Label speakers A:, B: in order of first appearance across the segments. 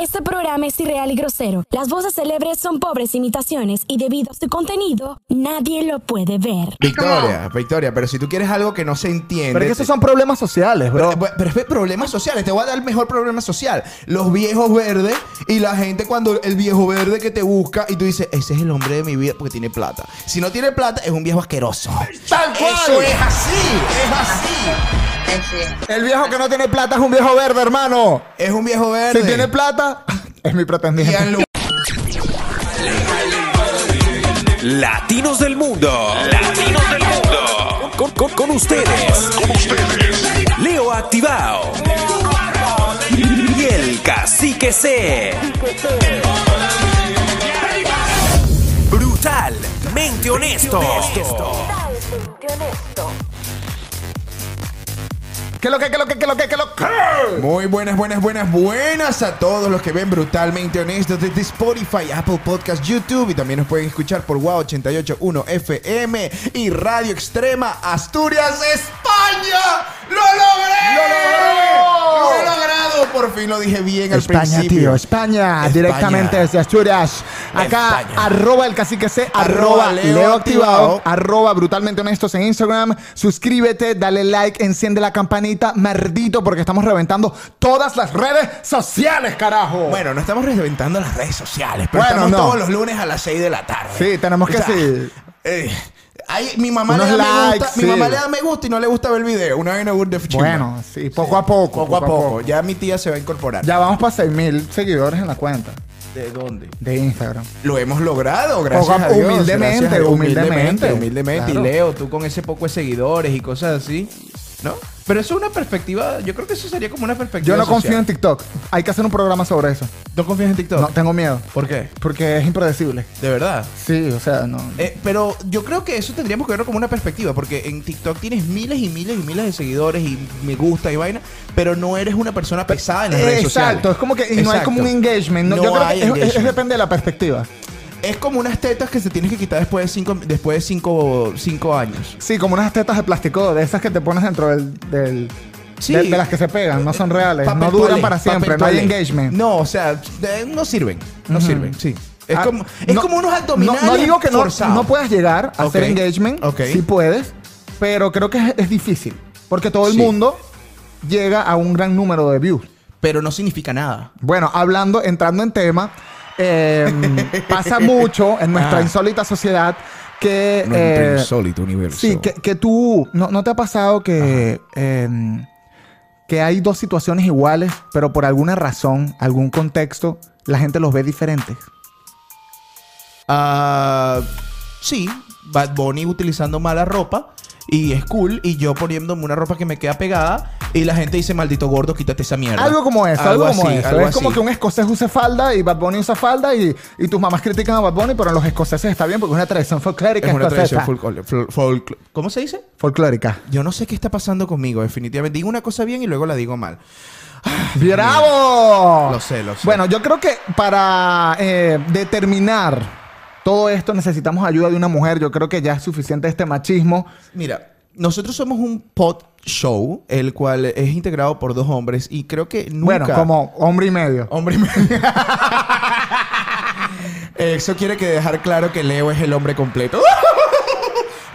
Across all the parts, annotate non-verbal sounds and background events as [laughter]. A: Este programa es irreal y grosero. Las voces célebres son pobres imitaciones y debido a su contenido, nadie lo puede ver.
B: Victoria, Victoria, pero si tú quieres algo que no se entiende.
C: Pero es que esos son problemas sociales,
B: Pero,
C: bro.
B: pero es que problemas sociales, te voy a dar el mejor problema social. Los viejos verdes y la gente cuando el viejo verde que te busca y tú dices, ese es el hombre de mi vida porque tiene plata. Si no tiene plata, es un viejo asqueroso.
C: ¡Tal cual!
B: Eso es así, es así.
D: Eh, sí.
C: El viejo que no tiene plata es un viejo verde, hermano.
B: Es un viejo verde.
C: Si tiene plata, es mi pretendiente.
B: Y en lu-
E: Latinos del mundo. Latinos del mundo. Con, con- con ustedes. Leo Activado. Y el cacique C. Brutalmente honesto.
C: ¿Qué lo que, qué lo que, qué lo que, qué lo que?
B: Muy buenas, buenas, buenas, buenas a todos los que ven brutalmente honestos desde Spotify, Apple Podcast, YouTube y también nos pueden escuchar por Wow 881 FM y Radio Extrema Asturias, España. ¡Lo logré!
C: ¡Lo logró!
B: ¡Lo he logrado! Por fin lo dije bien al
C: España,
B: principio.
C: tío, España, directamente desde Asturias. Acá,
B: España.
C: arroba el cacique C,
B: Arroba
C: arroba
B: Leo
C: Leo Activado,
B: Activado.
C: arroba brutalmente honestos en Instagram. Suscríbete, dale like, enciende la campanita, merdito, porque estamos reventando todas las redes sociales, carajo.
B: Bueno, no estamos reventando las redes sociales, pero
C: Bueno,
B: estamos
C: no.
B: todos los lunes a las 6 de la tarde.
C: Sí, tenemos que sí.
B: eh, ahí mi mamá le da
C: Unos
B: me gusta,
C: likes,
B: mi
C: sí.
B: mamá le da me gusta y no le gusta ver el video. Una vaina burda de chimba.
C: Bueno, sí, poco a poco,
B: Poco, a poco. Ya mi tía se va a incorporar.
C: Ya vamos para 6.000 seguidores en la cuenta
B: ¿De dónde?
C: de Instagram.
B: Lo hemos logrado, gracias
C: Poco a-
B: a Dios.
C: humildemente,
B: gracias a Dios, humildemente,
C: humildemente.
B: humildemente.
C: Claro.
B: Y Leo, tú con ese poco de seguidores y cosas así, ¿no? Pero eso es una perspectiva, yo creo que eso sería como una perspectiva
C: Yo no confío en
B: social.
C: TikTok. Hay que hacer un programa sobre eso.
B: ¿No confías en TikTok?
C: No, tengo miedo.
B: ¿Por qué?
C: Porque es impredecible.
B: De verdad.
C: Sí, o sea, no.
B: Eh, pero yo creo que eso tendríamos que verlo como una perspectiva, porque en TikTok tienes miles y miles y miles de seguidores y me gusta y vaina, pero no eres una persona pesada en las redes sociales.
C: Exacto, es como que y no hay
B: Exacto.
C: como un engagement. No,
B: No
C: yo creo
B: hay
C: que es- es- es
B: engagement.
C: depende de la perspectiva.
B: Es como unas tetas que se tienes que quitar después de cinco, después de cinco, cinco años.
C: Sí, como unas tetas de plástico, de esas que te pones dentro del. del-
B: Sí.
C: de, de las que se pegan, no son reales,
B: Papel
C: no duran
B: toalé,
C: para
B: papel
C: siempre, no hay
B: toalé.
C: engagement.
B: No, o sea, eh, no sirven, no sirven, sí. Es,
C: Ah,
B: como, es
C: no-
B: como unos
C: no-
B: abdominales
C: No, digo que no,
B: forzados.
C: no puedas llegar a hacer
B: Ok,
C: engagement,
B: ok.
C: sí puedes, pero creo que es, es difícil, porque todo el
B: Sí.
C: mundo llega a un gran número de views.
B: Pero no significa nada.
C: Bueno, hablando, entrando en tema,
B: [laughs]
C: eh, pasa mucho en nuestra
B: Ah.
C: insólita sociedad que... eh,
B: insólito universo.
C: sí, que, que tú... ¿no, no te ha pasado que... em, que hay dos situaciones iguales, pero por alguna razón, algún contexto, la gente los ve diferentes?
B: Ah, sí, Bad Bunny utilizando mala ropa y es cool y yo poniéndome una ropa que me queda pegada y la gente dice maldito gordo, quítate esa mierda.
C: Algo como eso, algo, como
B: así,
C: eso.
B: algo
C: es como
B: así.
C: que un escocés use falda y Bad Bunny usa falda y, y tus mamás critican a Bad Bunny, pero los escoceses está bien porque es una tradición folclórica
B: es una tradición
C: escocesa.
B: folclore- fol- folcl- ¿Cómo se dice?
C: folclórica.
B: Yo no sé qué está pasando conmigo, definitivamente. Digo una cosa bien y luego la digo mal.
C: ¡Bravo!
B: Lo sé, lo sé.
C: Bueno, yo creo que para eh, determinar todo esto necesitamos ayuda de una mujer. Yo creo que ya es suficiente este machismo.
B: Mira, nosotros somos un pod show, el cual es integrado por dos hombres y creo que nunca...
C: Bueno, como hombre y medio.
B: Hombre y medio. [laughs] Eso quiere que dejar claro que Leo es el hombre completo. [laughs]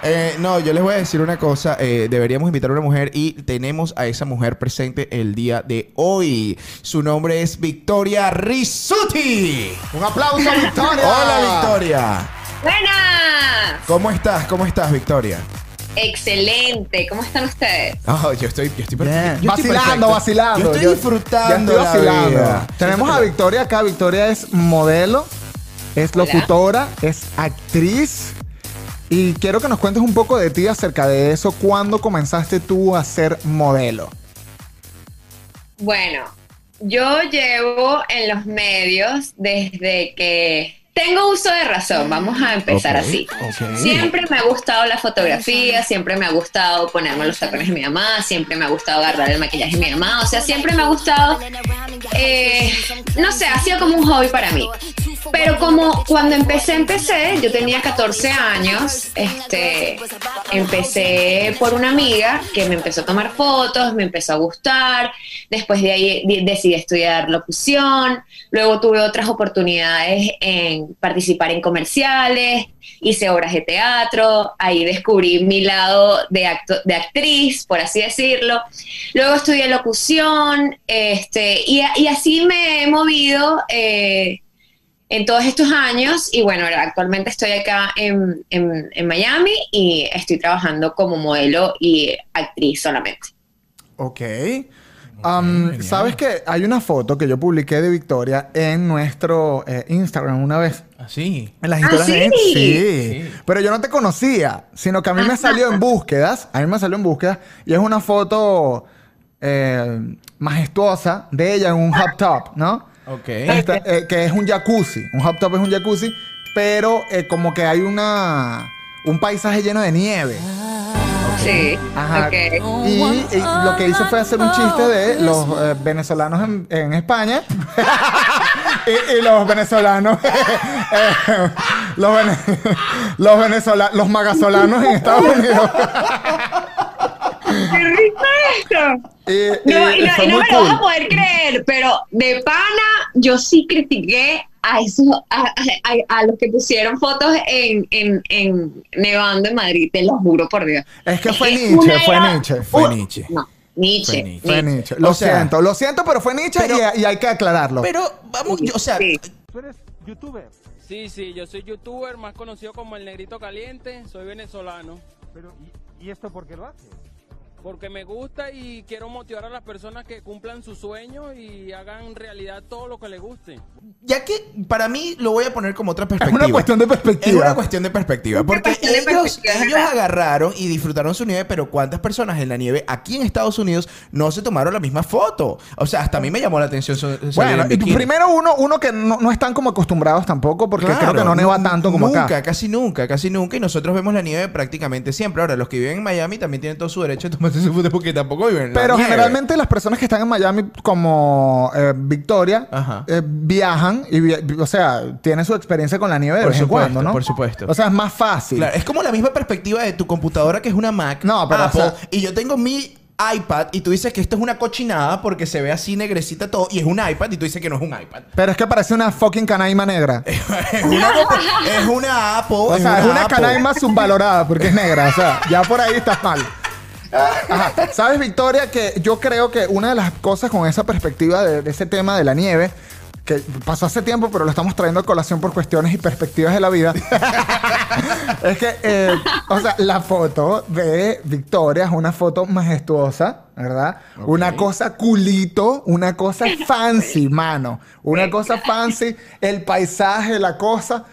B: Eh, no, yo les voy a decir una cosa. eh, deberíamos invitar a una mujer y tenemos a esa mujer presente el día de hoy. Su nombre es Victoria Rizzuti.
C: Un aplauso, Victoria.
B: Hola, Victoria.
D: Buenas.
B: ¿Cómo estás? ¿Cómo estás, Victoria? [laughs]
D: Excelente. ¿Cómo están ustedes?
B: Ah, yo estoy, yo estoy
C: Bien.
B: perfecto. Yo estoy
C: vacilando,
B: perfecto.
C: vacilando.
B: Yo estoy
C: Yo-
B: disfrutando.
C: ya estoy
B: la
C: vacilando.
B: vida.
C: Tenemos a Victoria acá. Victoria es modelo, es
D: Hola.
C: locutora, es actriz. Y quiero que nos cuentes un poco de ti acerca de eso. ¿Cuándo comenzaste tú a ser modelo?
D: Bueno, yo llevo en los medios desde que tengo uso de razón. Vamos a empezar
B: Ok,
D: así.
B: ok.
D: Siempre me ha gustado la fotografía, siempre me ha gustado ponerme los tacones de mi mamá, siempre me ha gustado agarrar el maquillaje de mi mamá. O sea, siempre me ha gustado. eh, no sé, ha sido como un hobby para mí. Pero como cuando empecé, empecé, yo tenía 14 años, este, empecé por una amiga que me empezó a tomar fotos, me empezó a gustar, después de ahí de- decidí estudiar locución, luego tuve otras oportunidades en participar en comerciales, hice obras de teatro, ahí descubrí mi lado de, acto- de actriz, por así decirlo. Luego estudié locución, este, y, a- y así me he movido eh, en todos estos años. Y bueno, ahora actualmente estoy acá en, en- en Miami y estoy trabajando como modelo y actriz solamente.
C: Ok. Am, Sabes que hay una foto que yo publiqué de Victoria en nuestro eh, Instagram una vez.
B: Ah,
F: Así.
C: En las historias
D: ¿sí?
C: de Instagram. Sí.
F: Sí.
C: Pero yo no te conocía, sino que a mí me salió en búsquedas. A mí me salió en búsquedas. Y es una foto eh, majestuosa de ella en un hot top, ¿no?
F: Ok.
C: Esta, eh, que es un jacuzzi. Un hot top es un jacuzzi, pero eh, como que hay una un paisaje lleno de nieve.
D: Sí,
C: Ajá.
D: ok.
C: Y, y lo que hice fue hacer un chiste de los eh, venezolanos en, en España. [laughs] y, y los venezolanos. [laughs] eh, los, vene- [laughs] los venezolanos. Los magasolanos en Estados Unidos.
D: ¡Qué
F: [laughs]
D: rico esto!
C: Y, y-
D: No, y
C: y
D: no,
C: Eh, fue
D: y no
C: muy
D: me lo vas a
C: cool.
D: poder creer, pero de pana yo sí critiqué a esos, a, a- a- a los que pusieron fotos en, en, en Nevando en Madrid, te lo juro por Dios.
C: Es que fue
D: Es que
C: Nietzsche,
D: una
C: fue
D: era-
C: Nietzsche.
F: Fue Nietzsche.
D: No, Nietzsche.
F: Fue Nietzsche.
C: Fue
D: Nietzsche.
C: Nietzsche. Lo
B: O sea-
C: siento, lo siento, pero fue Nietzsche y- y, hay que aclararlo.
F: Pero vamos, yo, o sea,
D: Sí.
G: Sí, sí, yo soy youtuber, más conocido como el Negrito Caliente, soy venezolano,
H: ¿Y esto por qué lo hace?
G: porque me gusta y quiero motivar a las personas que cumplan sus sueños y hagan realidad todo lo que les guste.
B: Ya que para mí lo voy a poner como otra
C: es
B: perspectiva.
C: una cuestión de
B: Es
C: perspectiva.
B: una cuestión de perspectiva. Porque
D: cuestión de
B: ellos,
D: perspectiva, es
B: ellos
D: verdad.
B: agarraron y disfrutaron su nieve, pero ¿cuántas personas en la nieve aquí en Estados Unidos no se tomaron la misma foto? O sea, hasta a mí me llamó la atención. su- salir
C: Bueno,
B: en
C: y
B: bikini.
C: primero uno, uno que no, no están como acostumbrados tampoco, porque
B: Claro,
C: creo que no neva tanto como
B: nunca,
C: acá.
B: casi nunca, casi nunca. Y nosotros vemos la nieve prácticamente siempre. Ahora, los que viven en Miami también tienen todo su derecho de tomarse su foto porque tampoco viven en la
C: Pero
B: nieve.
C: generalmente las personas que están en Miami como eh, Victoria
B: Ajá.
C: eh, viajan y, vi- vi- o sea, tienen su experiencia con la nieve de
B: Por
C: vez en
B: supuesto,
C: cuando, ¿no?
B: por supuesto.
C: O sea, es más fácil.
B: Claro, es como la misma perspectiva de tu computadora que es una Mac.
C: No, pero,
B: Apple,
C: o sea-
B: y yo tengo mi iPad y tú dices que esto es una cochinada porque se ve así negrecita todo y es un iPad y tú dices que no es un iPad. [laughs]
C: Pero es que parece una fucking canaima negra.
B: es, una, es una Apple.
C: O sea, es una
B: Apple.
C: canaima subvalorada porque es negra. O sea, ya por ahí estás mal. Ajá. Sabes, Victoria, que yo creo que una de las cosas con esa perspectiva de, de ese tema de la nieve, que pasó hace tiempo, pero lo estamos trayendo a colación por cuestiones y perspectivas de la vida, [laughs] es que, eh, o sea, la foto de Victoria es una foto majestuosa, ¿verdad? Una cosa culito, una cosa fancy, mano. Una cosa fancy, el paisaje, la cosa.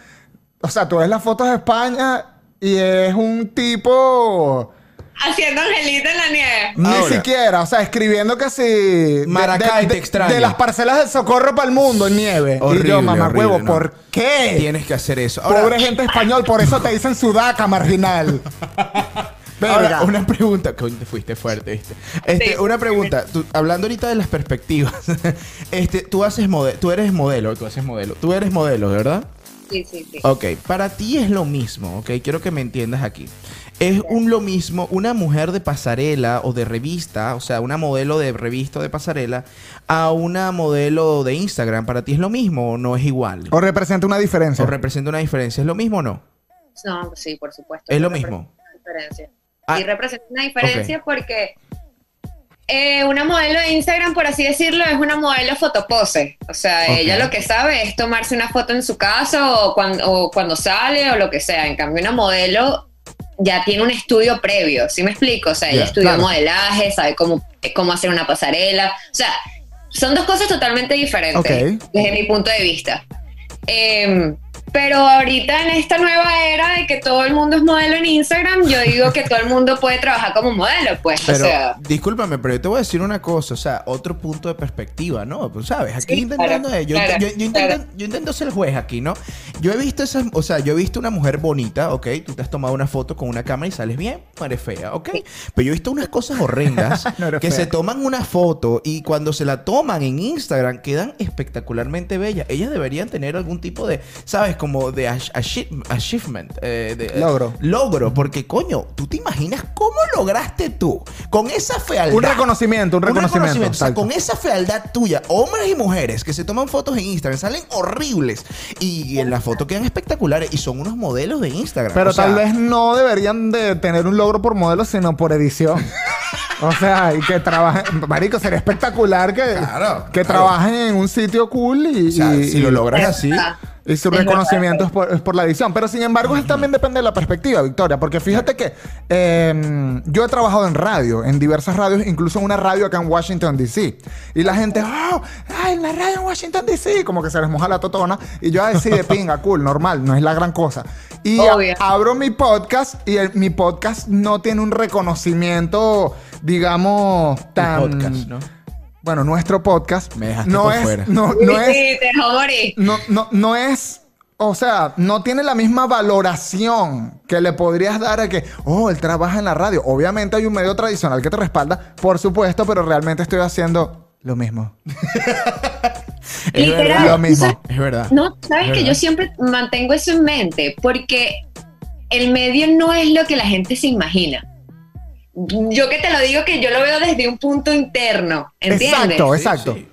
C: O sea, tú ves las fotos de España y es un tipo...
D: Haciendo angelito en la nieve.
C: Ni
B: Ahora.
C: siquiera, o sea, escribiendo casi.
B: Maracay, te extraño.
C: De las parcelas del socorro para el mundo en nieve. y yo,
B: Horrible,
C: mamá
B: horrible,
C: huevo,
B: no.
C: ¿por qué?
B: Tienes que hacer eso. Ahora,
C: Pobre gente español, por eso te dicen
B: [laughs]
C: sudaca marginal. Verga.
B: ahora, una pregunta. Coño, te fuiste fuerte, ¿viste? Este,
D: Sí.
B: Una pregunta. Tú- hablando ahorita de las perspectivas. [laughs] este, tú haces mode- tú eres modelo, tú haces modelo. Tú eres modelo, ¿verdad?
D: Sí, sí, sí.
B: Ok, para ti es lo mismo, ok, quiero que me entiendas aquí. Es un lo mismo una mujer de pasarela o de revista, o sea, una modelo de revista o de pasarela, a una modelo de Instagram. ¿Para ti es lo mismo o no es igual?
C: O representa una diferencia.
B: ¿O representa una diferencia? ¿Es lo mismo o no?
D: No, sí, por supuesto.
B: Es lo
D: Representa
B: mismo.
D: una diferencia.
B: Ah.
D: Sí, representa una diferencia porque eh, una modelo de Instagram, por así decirlo, es una modelo fotopose. O sea,
B: Ok.
D: ella lo que sabe es tomarse una foto en su casa o cuando, o cuando sale o lo que sea. En cambio, una modelo ya tiene un estudio previo, ¿sí me explico? O sea, ella
B: Ya,
D: estudió
B: claro.
D: modelaje, sabe cómo, cómo hacer una pasarela. O sea, son dos cosas totalmente diferentes
C: Ok.
D: desde mi punto de vista. Em, Pero ahorita en esta nueva era de que todo el mundo es modelo en Instagram, yo digo que todo el mundo puede trabajar como modelo, pues.
B: Pero,
D: o sea,
B: discúlpame, pero yo te voy a decir una cosa, o sea, otro punto de perspectiva, ¿no? Pues, ¿sabes? Aquí
D: Sí,
B: intentando,
D: claro,
B: eh, yo,
D: claro,
B: yo- yo intento,
D: claro.
B: yo intento ser juez aquí, ¿no? Yo he visto esas, o sea, yo he visto una mujer bonita, ¿ok? Tú te has tomado una foto con una cámara y sales bien, no eres fea, ¿ok? Pero yo he visto unas cosas horrendas
C: [laughs] No eres
B: que
C: fea.
B: se toman una foto y cuando se la toman en Instagram quedan espectacularmente bellas. Ellas deberían tener algún tipo de, ¿sabes? Como de ach- achieve- achievement. eh, de-
C: Logro.
B: Logro, porque coño, tú te imaginas cómo lograste tú con esa fealdad.
C: Un reconocimiento, un reconocimiento,
B: O sea,
C: exacto.
B: con esa fealdad tuya, hombres y mujeres que se toman fotos en Instagram salen horribles y en la foto quedan espectaculares y son unos modelos de Instagram.
C: Pero
B: O sea,
C: tal vez no deberían de tener un logro por modelo, sino
B: [laughs]
C: por edición. o sea, y que trabajen. Marico, sería espectacular que,
B: Claro,
C: que
B: claro.
C: trabajen en un sitio cool y,
B: o sea,
C: y-
B: si lo
C: y-
B: logras
D: es
B: así.
D: verdad.
C: Y su
D: Es verdad.
C: reconocimiento es por, es por la edición. Pero sin embargo, eso también depende de la perspectiva, Victoria. Porque fíjate que eh, yo he trabajado en radio, en diversas radios, incluso en una radio acá en Washington, D.C. Y la gente, ¡oh! ¡Ay, en la radio en Washington, D.C.! Como que se les moja la totona. Y yo así de pinga, cool, normal, no es la gran cosa. Y a-
D: Obvio.
C: abro mi podcast y el- mi podcast no tiene un reconocimiento, digamos, tan.
B: podcast, ¿no?
C: Bueno, nuestro podcast
B: Me dejaste
C: no
B: por
C: es,
B: fuera.
C: no, no
D: Sí,
C: es
D: sí, te dejó morir.
C: no, no, no es. O sea, no tiene la misma valoración que le podrías dar a que, oh, él trabaja en la radio. Obviamente hay un medio tradicional que te respalda, por supuesto, pero realmente estoy haciendo
D: [laughs]
C: lo mismo.
B: Es
D: Literal,
B: verdad.
C: Lo mismo.
B: Es verdad.
D: No, sabes
B: Es
D: que yo
B: verdad.
D: siempre mantengo eso en mente, porque el medio no es lo que la gente se imagina. Yo que te lo digo que yo lo veo desde un punto interno, ¿entiendes?
C: Exacto, exacto.
B: sí.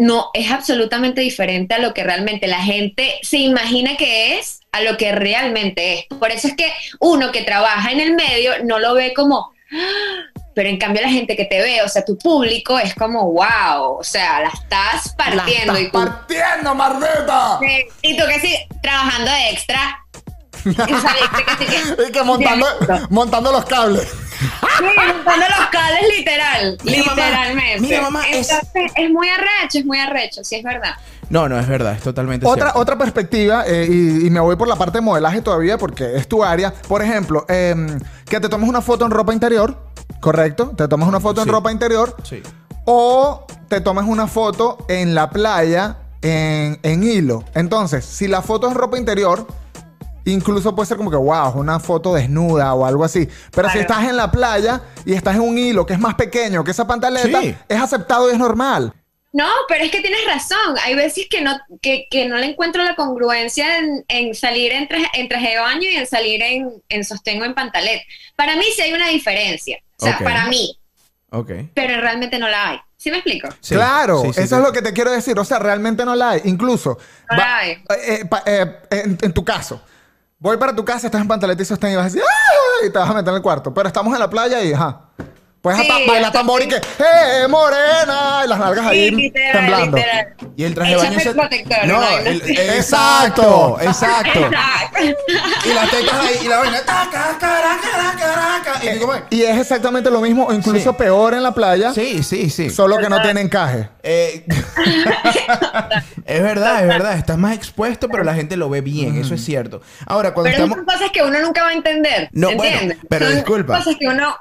D: No, es absolutamente diferente a lo que realmente la gente se imagina que es, a lo que realmente es. Por eso es que uno que trabaja en el medio no lo ve como, "Ah", pero en cambio la gente que te ve, o sea, tu público es como, wow, o sea, la estás
C: La
D: partiendo
C: estás
D: y tú
C: partiendo, Marneta!
D: Sí, Y tú que sí, trabajando de extra. Y saliste que sí que-
C: [laughs] Y que montando,
D: [laughs] Sí,
C: montando los cables.
D: montando los cables literal,
B: Mira, mamá,
D: literalmente.
B: mira, mamá, es-
D: Entonces, es... muy arrecho, es muy arrecho, sí es verdad.
B: No, no, es verdad, es totalmente
C: Otra,
B: cierto.
C: otra perspectiva, eh, y, y me voy por la parte de modelaje todavía porque es tu área. Por ejemplo, em, que te tomes una foto en ropa interior, ¿correcto? Te tomas una foto
B: Sí.
C: en ropa interior.
B: Sí.
C: o te tomas una foto en la playa en, en hilo. Entonces, si la foto es ropa interior, incluso puede ser como que, wow, es una foto desnuda o algo así. Pero si
D: Claro.
C: estás en la playa y estás en un hilo que es más pequeño que esa pantaleta,
B: Sí.
C: es aceptado y es normal.
D: No, pero es que tienes razón. Hay veces que no, que, que no le encuentro la congruencia en, en salir en traje, en traje de baño y en salir en, en sostén o en pantalet. Para mí sí hay una diferencia. O sea,
B: Ok.
D: para mí,
B: Ok.
D: pero realmente no la hay. ¿Sí me explico?
B: Sí,
C: claro,
B: sí, sí,
C: eso
B: sí.
C: es lo que te quiero decir. O sea, realmente no la hay. Incluso,
D: No la hay.
C: eh, eh, pa- eh, en, en tu caso, voy para tu casa, estás en pantaleta y sostén y vas a decir, ¡Ah! y te vas a meter en el cuarto. Pero estamos en la playa y, ajá. Puedes
D: Sí,
C: hasta bailar
D: eso
C: tambor y
D: sí.
C: que, ¡eh, morena! Y las nalgas ahí
D: Sí, literal,
C: temblando.
D: literal.
B: Y el traje de
D: Échame
B: baño se...
D: el protector,
B: No,
D: ¿no?
B: el-
C: Exacto.
B: exacto, exacto.
D: Exacto.
B: Y las tetas ahí, y la vaina. taca, caraca, caraca, caraca. Y tú como-
C: Y es exactamente lo mismo, o incluso
B: Sí.
C: peor en la playa,
B: Sí, sí, sí.
C: solo que no tiene encaje.
B: Eh, [laughs] es verdad, es verdad. Estás más expuesto, pero la gente lo ve bien. Eso es cierto. Ahora, cuando
D: Pero
B: estamos.
D: son cosas que uno nunca va a entender.
B: No, bueno,
D: ¿entiendes?
B: pero
D: Son
B: disculpa.
D: cosas que uno.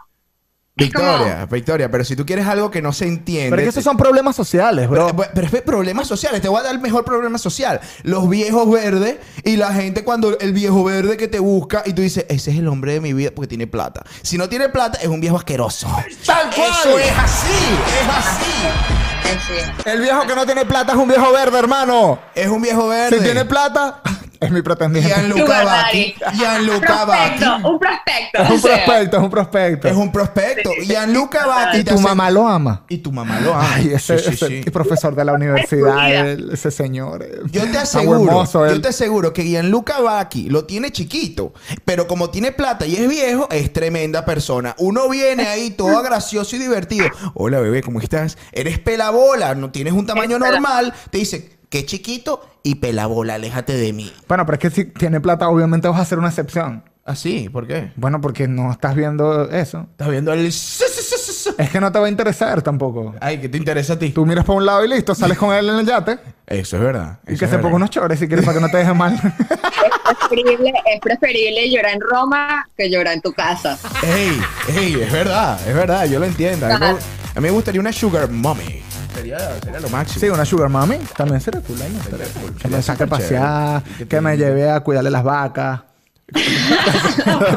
D: es como-
B: Victoria, Victoria, pero si tú quieres algo que no se entiende.
C: Pero es que esos son problemas sociales, bro.
B: Pero, pero es que problemas sociales, te voy a dar el mejor problema social. Los viejos verdes y la gente cuando el viejo verde que te busca y tú dices, ese es el hombre de mi vida porque tiene plata. Si no tiene plata, es un viejo asqueroso.
C: ¡Tal cual!
B: Eso es así, es así.
D: es cierto.
C: El viejo que no tiene plata es un viejo verde, hermano.
B: Es un viejo verde.
C: Si tiene plata, [laughs] es mi pretendiente.
B: Gianluca
D: Sugar
B: Batti.
D: daddy.
B: Gianluca Batti.
D: Prospecto, un prospecto.
C: Es
D: o
C: un
D: sea,
C: prospecto, es un prospecto.
B: Es un prospecto. Gianluca Batti.
C: Y
B: te
C: tu
B: hace-
C: mamá lo ama.
B: Y tu mamá lo ama.
C: Ay, ese,
B: Sí, sí,
C: ese
B: sí.
C: profesor de la
D: Es tu
C: universidad, él, ese señor. eh,
B: Yo te
C: tan
B: aseguro,
C: hermoso, él.
B: yo te aseguro que Gianluca Bacchi lo tiene chiquito, pero como tiene plata y es viejo, es tremenda persona. Uno viene ahí todo gracioso y divertido. Hola bebé, ¿cómo estás? Eres pelabola, no tienes un tamaño
D: Es pela-
B: normal. Te dice, qué chiquito y pelabola, aléjate de mí.
C: Bueno, pero es que si tiene plata, obviamente vas a hacer una excepción.
B: Así, ¿por qué?
C: Bueno, porque no estás viendo eso.
B: Estás viendo el... s- s- s- s-
C: Es que no te va a interesar tampoco.
B: Ay, ¿qué te interesa a ti?
C: Tú miras para un lado y listo, sales con él en el yate
B: Eso es verdad. eso
C: y que
B: es
C: se
B: verdad.
C: ponga unos chores si quieres para que no te
B: [laughs]
C: dejen mal.
D: Es preferible, es preferible llorar en Roma que llorar en tu casa.
B: Ey, ey, es verdad, es verdad, yo lo entiendo. A mí, me,
D: Claro.
B: a mí me gustaría una sugar mommy. Sería, sería lo máximo.
C: sí, una sugar mommy también será cool. ahí no estaría cool. Que me saque a pasear, que me lleve a cuidarle las vacas,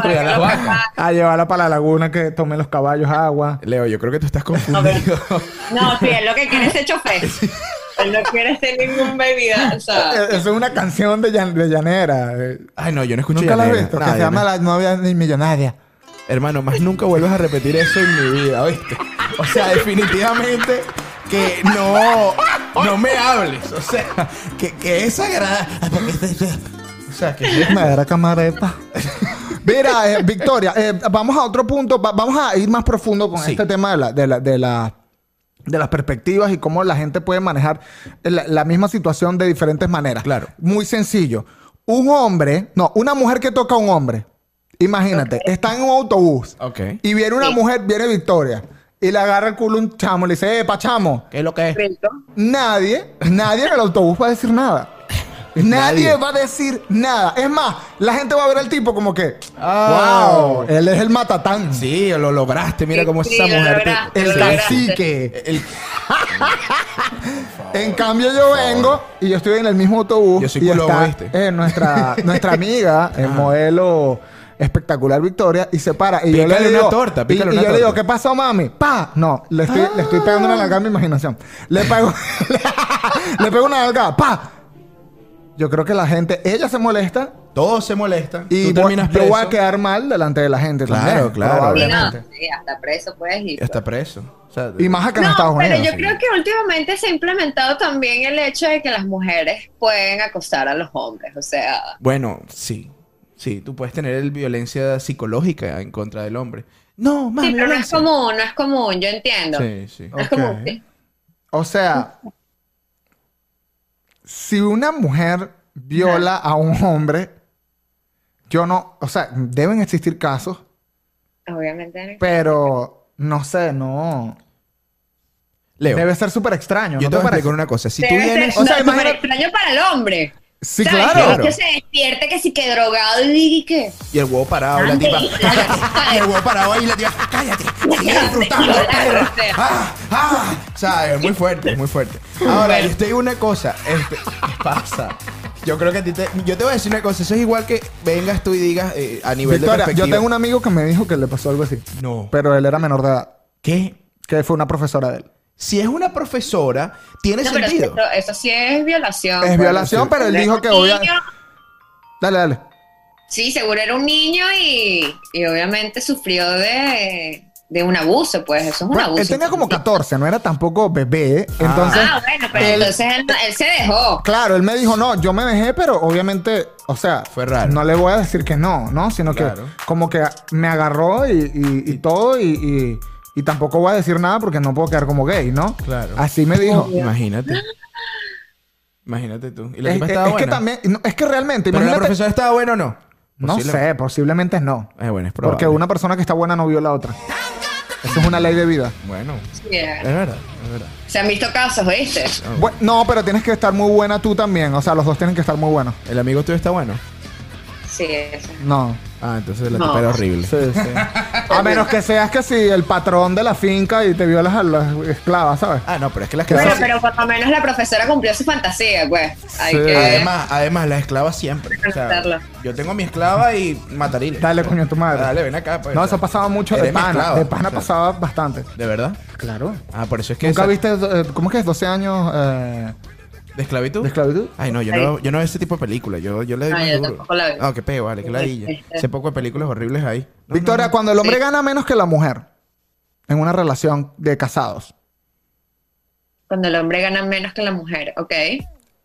B: Cuidar las vacas.
C: a llevarla para la laguna que tome los caballos agua.
B: Leo, yo creo que tú estás confundido. [laughs]
D: No, sí, él lo que quiere es ser
C: [laughs]
D: chofer. Él no quiere ser ningún bebida. O sea,
C: Eh, Eso es una canción de, llan- de llanera. eh.
B: Ay, no, yo no escuché
C: Nunca la
B: llanera.
C: he visto.
B: Nada,
C: que se
B: yo
C: llama
B: no-
C: La novia ni millonaria.
B: Hermano, más nunca vuelvas a repetir eso en mi vida, ¿oíste? O sea, definitivamente que no, no me hables. O sea, que, que es sagrada. O sea, que...
C: Me dará camareta. [laughs] Mira, eh, Victoria, eh, vamos a otro punto. Va- vamos a ir más profundo con
B: Sí.
C: este tema de, la- de, la- de, la- de las perspectivas y cómo la gente puede manejar la, la misma situación de diferentes maneras.
B: Claro.
C: Muy sencillo. Un hombre, no, una mujer que toca a un hombre. Imagínate, está en un autobús
B: Ok.
C: y viene una mujer, viene Victoria, y le agarra el culo a un chamo y le dice, epa, chamo,
B: ¿Qué es lo que es?
D: rico.
C: Nadie, nadie en el autobús va a decir nada. Nadie,
B: Nadie.
C: va a decir nada. Es más, la gente va a ver al tipo como que,
B: Ah.
C: wow, él es el matatán.
B: Sí, lo lograste. Mira
D: Sí,
B: cómo
D: sí,
B: esa
D: lo
B: mujer te-
D: lograste,
C: El
D: lo lograste.
C: cacique.
B: El-
C: [laughs] En cambio, yo vengo y yo estoy en el mismo autobús.
B: Yo soy
C: y
B: culo,
C: está
B: ¿viste? [laughs]
C: eh, nuestra, nuestra amiga, el modelo espectacular Victoria, y se para. Y yo
B: Pícale
C: le
B: una
C: digo,
B: torta,
C: y-
B: pícale
C: y
B: una
C: yo le digo,
B: torta. Ah.
C: ¿qué pasó, mami? ¡Pa! No, le estoy, le estoy pegando una nalgada a mi imaginación. Le pego, [laughs] le pego una nalgada, ¡pa! Yo creo que la gente, ella se molesta
B: Todos se molestan.
C: y
B: tú
C: voy-
B: terminas
C: yo
B: preso.
C: voy a quedar mal delante de la gente.
B: Claro,
C: también,
B: claro.
D: Sí,
C: probablemente.
D: no, sí, hasta preso puedes ir.
B: Y Está preso. O sea,
C: Y más acá en
D: No,
C: Estados
D: pero
C: Unidos.
D: yo creo que últimamente se ha implementado también el hecho de que las mujeres pueden acosar a los hombres. O sea,
C: Ah,
B: Bueno, sí. Sí, tú puedes tener el violencia psicológica en contra del hombre. No, mami.
D: sí, pero no
B: no
D: es común, no es común, yo entiendo.
B: Sí, sí.
D: No es común,
C: Ok.
D: sí.
C: O sea, si una mujer viola a un hombre, yo no, o sea, deben existir casos,
D: Obviamente.
C: Pues, pero no sé, no.
B: Leo,
C: Debe ser súper extraño.
B: yo te
C: ¿no te
B: voy a
C: parece?
B: explicar una cosa. Si tú
D: Debe ser
B: vienes...
C: o sea,
D: no,
C: imagina-
D: súper extraño para el hombre.
C: Sí,
D: ¿Sabes?
C: claro.
B: Claro.
D: Que se despierte, que si que drogado y que.
B: Y el huevo parado, la
D: Ande,
B: tipa.
D: y-
B: Cállate. [laughs] Y el huevo parado ahí, la tipa.
D: [laughs]
B: Cállate. Sigue disfrutando, perra. Ah, ah. O sea, es muy fuerte, es muy fuerte. Ahora, yo te digo una cosa. Este, [laughs] ¿Qué pasa? Yo creo que a ti te. Yo te voy a decir una cosa. Eso es igual que vengas tú y digas eh, a nivel de
C: Victoria, yo
B: perspectiva.
C: tengo un amigo que me dijo que le pasó algo así.
B: No.
C: Pero él era menor de edad,
B: ¿Qué?
C: que fue una profesora de él.
B: Si es una profesora, tiene
D: No, pero
B: sentido.
D: eso, eso sí es violación.
C: Es
D: pues.
C: violación, pero él
D: Era
C: dijo
D: un
C: que obvia-
D: niño,
C: Dale, dale.
D: Sí, seguro era un niño y, y obviamente sufrió de, de un abuso, pues eso es un
C: Bueno,
D: abuso.
C: él tenía como 14, no era tampoco bebé. Entonces,
D: Ah, bueno, pero
C: él-
D: entonces él, él se dejó.
C: Claro, él me dijo, no, yo me dejé, pero obviamente, o sea,
B: Fue raro.
C: No le voy a decir que no, ¿no? Sino
B: Claro.
C: que como que me agarró y, y- y todo y, y- y tampoco voy a decir nada porque no puedo quedar como gay, ¿no?
B: Claro.
C: Así me dijo.
B: Imagínate.
D: Ah.
B: Imagínate tú. Y la
C: Es,
B: tipa
C: es-
B: estaba
C: es que
B: buena.
C: también, no, es que realmente,
B: ¿Pero la
C: imagínate.
B: profesora estaba buena o no?
C: No
B: Posible-
C: sé, posiblemente no.
B: Eh, bueno, es probable.
C: Porque una persona que está buena no viola a otra. Eso es una ley de vida.
B: Bueno,
D: Sí,
B: es
D: eh.
B: verdad, es verdad.
D: Se han visto casos, ¿viste?
B: Ah,
C: Bu- no, pero tienes que estar muy buena tú también. O sea, los dos tienen que estar muy buenos.
B: ¿El amigo tuyo está bueno?
D: Sí, eso.
C: No.
B: Ah, entonces la
D: No.
B: tipa era horrible.
C: Sí, sí. [laughs] A menos que seas que si el patrón de la finca y te violas a las esclavas, ¿sabes?
B: [laughs] Ah, no, pero es que las
C: Bueno,
D: Bueno,
B: esclavas...
D: pero por lo menos la profesora cumplió su fantasía, pues. Hay
C: Sí.
D: que...
B: Además, además, las esclavas siempre. O sea,
D: Conocerla.
B: yo tengo mi esclava y matariles.
C: Dale, coño, tu madre.
B: Dale, ven acá. Pues,
C: No,
B: O sea,
C: eso pasaba mucho de
B: eres mi
C: pana.
B: esclava.
C: de pana
B: O sea,
C: pasaba bastante.
B: ¿De verdad?
C: Claro.
B: Ah, por eso es que...
C: ¿Nunca
B: esa-
C: viste, eh, cómo es que es 12 años eh,
B: ¿De esclavitud?
C: de esclavitud?
B: Ay, no, yo no, yo no veo ese tipo de películas. Yo, yo le doy
D: Ah,
B: más
D: yo
B: duro.
D: tampoco la veo.
B: Ah, qué peo, vale, qué ladilla. Ese poco de películas horribles ahí. No,
C: Victoria,
B: no,
C: cuando el hombre
D: Sí.
C: gana menos que la mujer en una relación de casados,
D: Cuando el hombre gana menos que la mujer, ¿ok?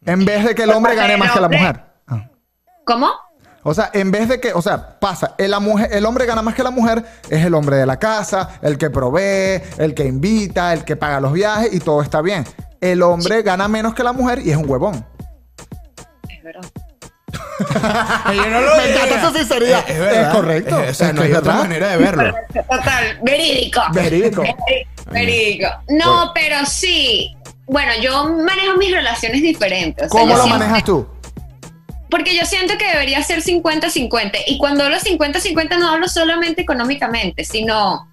C: en vez de que el hombre gane más que la mujer. Ah.
D: ¿Cómo?
C: O sea, en vez de que, o sea, pasa, el, la mujer, el hombre gana más que la mujer, es el hombre de la casa, el que provee, el que invita, el que paga los viajes y todo está bien. El hombre gana menos que la mujer y es un huevón.
D: Es verdad.
B: Yo no lo
C: [laughs] Me encanta
B: diría.
C: su sinceridad.
B: Es, es verdad.
C: Es correcto.
B: Es- o sea,
C: Es
B: no
C: que
B: hay
C: es
B: otra
C: verdad.
B: manera de verlo.
D: Total, verídico.
C: [laughs] Verídico.
D: [laughs] Verídico. No, pero sí. Bueno, yo manejo mis relaciones diferentes. o sea,
C: ¿Cómo
D: yo
C: lo
D: siempre-
C: manejas tú?
D: Porque yo siento que debería ser 50-50. Y cuando hablo 50-50 no hablo solamente económicamente, sino...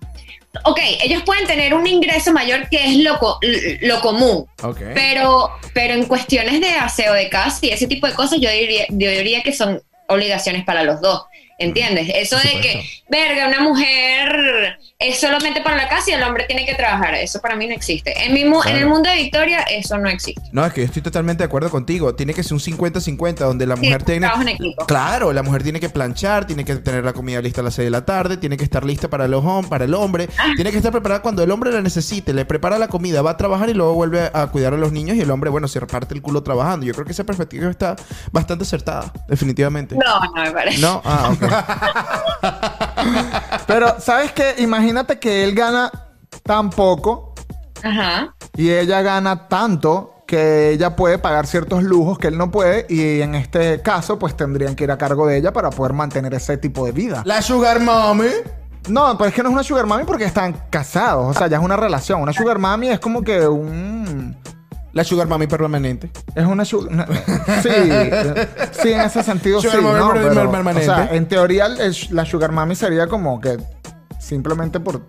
D: Ok, ellos pueden tener un ingreso mayor que es lo, co- lo común.
B: Ok.
D: Pero, pero en cuestiones de aseo de casa y ese tipo de cosas, yo diría, yo diría que son obligaciones para los dos. ¿Entiendes?
B: Mm,
D: Eso de que, verga, una mujer es solamente para la casa y el hombre tiene que trabajar. Eso para mí no existe. En, mi mu- en el
B: Claro.
D: mundo de Victoria, eso no existe.
B: No, es que yo estoy totalmente de acuerdo contigo. Tiene que ser un 50-50 donde la
D: Sí,
B: mujer tiene...
D: trabajo en equipo.
B: Claro, la mujer tiene que planchar, tiene que tener la comida lista a las 6 de la tarde, tiene que estar lista para, los hom- para el hombre,
D: Ah.
B: tiene que estar preparada cuando el hombre la necesite, le prepara la comida, va a trabajar y luego vuelve a cuidar a los niños y el hombre, bueno, se reparte el culo trabajando. Yo creo que esa perspectiva está bastante acertada, definitivamente.
D: No, no me parece.
B: No, ah, ok.
D: [laughs]
C: Pero, ¿sabes qué? Imagínate que él gana tan poco
D: Ajá.
C: y ella gana tanto que ella puede pagar ciertos lujos que él no puede y en este caso pues tendrían que ir a cargo de ella para poder mantener ese tipo de vida.
B: La Sugar Mommy.
C: No, pero es que no es una sugar mommy porque están casados, o sea, ya es una relación. Una sugar mommy es como que un
B: La Sugar Mommy permanente.
C: es una sugar [laughs] sí, eh, sí en ese sentido
B: Sugar
C: sí,
B: mommy
C: ¿no?
B: per-
C: Pero,
B: permanente.
C: o sea, en teoría el- el- la sugar mommy sería como que simplemente por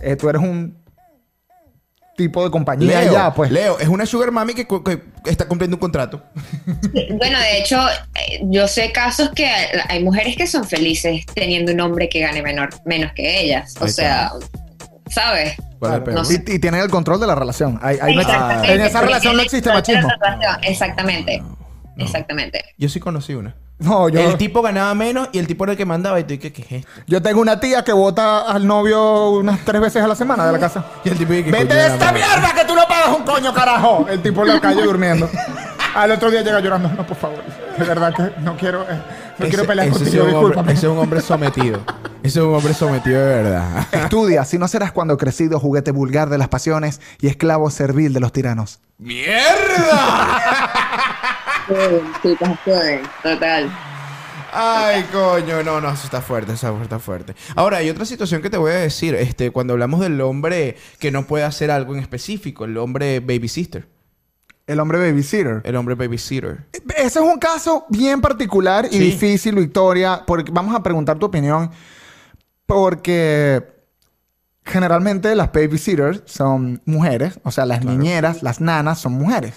C: eh, tú eres un tipo de compañía
B: Leo,
C: ya, pues.
B: Leo, es una Sugar Mommy que, cu- que está cumpliendo un contrato.
D: Bueno, de hecho, eh, yo sé casos que hay mujeres que son felices teniendo un hombre que gane menor, menos que ellas. O
B: Ahí
D: sea,
B: está.
D: ¿sabes?
B: ¿Cuál es el
C: Claro.
B: peor?
D: no sé.
C: y, y tienen el control de la relación. Ahí- ahí no existe-
D: Exactamente,
C: en esa
D: porque
C: relación no
D: tiene
C: existe
D: que ser
C: machismo.
D: otra relación. Exactamente.
C: Ah,
D: Exactamente.
B: Yo sí conocí una.
C: No, yo,
B: El tipo ganaba menos y el tipo era el que mandaba. Y tú, ¿y ¿qué, qué es esto?
C: yo tengo una tía que vota al novio unas tres veces a la semana de la casa.
B: Y el tipo, ¿y qué
C: ¡Vete
B: coño
C: de
B: era,
C: esta
B: mano?
C: mierda que tú no pagas un coño, carajo! El tipo en la calle durmiendo. Al otro día llega llorando. No, por favor. De verdad que no quiero, eh, no
B: Ese-
C: quiero pelear
B: ese sí
C: contigo,
B: es un hombre-
C: discúlpame.
B: Ese es un hombre sometido. [laughs] ese es un hombre sometido de verdad.
C: Estudia, si no serás cuando crecido juguete vulgar de las pasiones y esclavo servil de los tiranos.
B: ¡Mierda!
D: Sí, total.
B: Ay, coño, no, no, eso está fuerte, eso está fuerte. Ahora, hay otra situación que te voy a decir, este, cuando hablamos del hombre que no puede hacer algo en específico, el hombre babysitter,
C: El hombre babysitter.
B: el hombre babysitter.
C: Ese es un caso bien particular y
B: Sí.
C: difícil, Victoria, porque vamos a preguntar tu opinión, porque generalmente las babysitters son mujeres, o sea, las niñeras, las nanas son mujeres.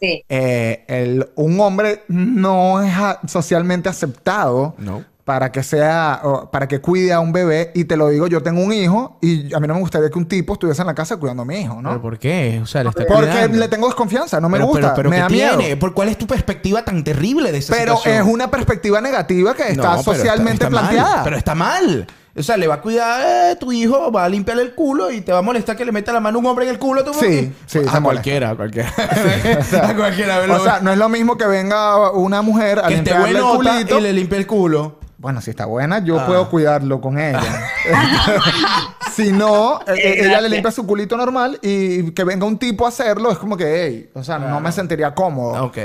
D: Sí.
C: Eh, el- un hombre no es a- socialmente aceptado
B: No.
C: para que sea, o para que cuide a un bebé, y te lo digo, yo tengo un hijo y a mí no me gustaría que un tipo estuviese en la casa cuidando a mi hijo,
B: ¿Pero
C: ¿no?
B: por qué? O sea, le está
C: Porque
B: cuidando.
C: le tengo desconfianza, no me
B: Pero-
C: gusta,
B: pero- pero
C: me
B: ¿qué
C: da miedo.
B: tiene? ¿Por cuál es tu perspectiva tan terrible de esa
C: Pero
B: situación?
C: es una perspectiva negativa que está
B: No, pero
C: socialmente
B: está mal,
C: planteada.
B: pero está mal. O sea, le va a cuidar eh, tu hijo, va a limpiarle el culo y te va a molestar que le meta la mano un hombre en el culo a tu
C: Sí, sí, se
B: a
C: molesta.
B: cualquiera, a
C: [laughs]
B: cualquiera. [laughs] a cualquiera.
C: o sea, no es lo mismo que venga una mujer a
B: que esté
C: limpiarle el
B: buenota
C: culito.
B: y le limpie el culo.
C: Bueno, si está buena, yo
B: Ah.
C: puedo cuidarlo
D: [laughs]
C: con ella. [laughs] si no, eh, eh, ella le limpia su culito normal y que venga un tipo a hacerlo es como que, hey, o sea, no me sentiría cómodo.
B: Ok.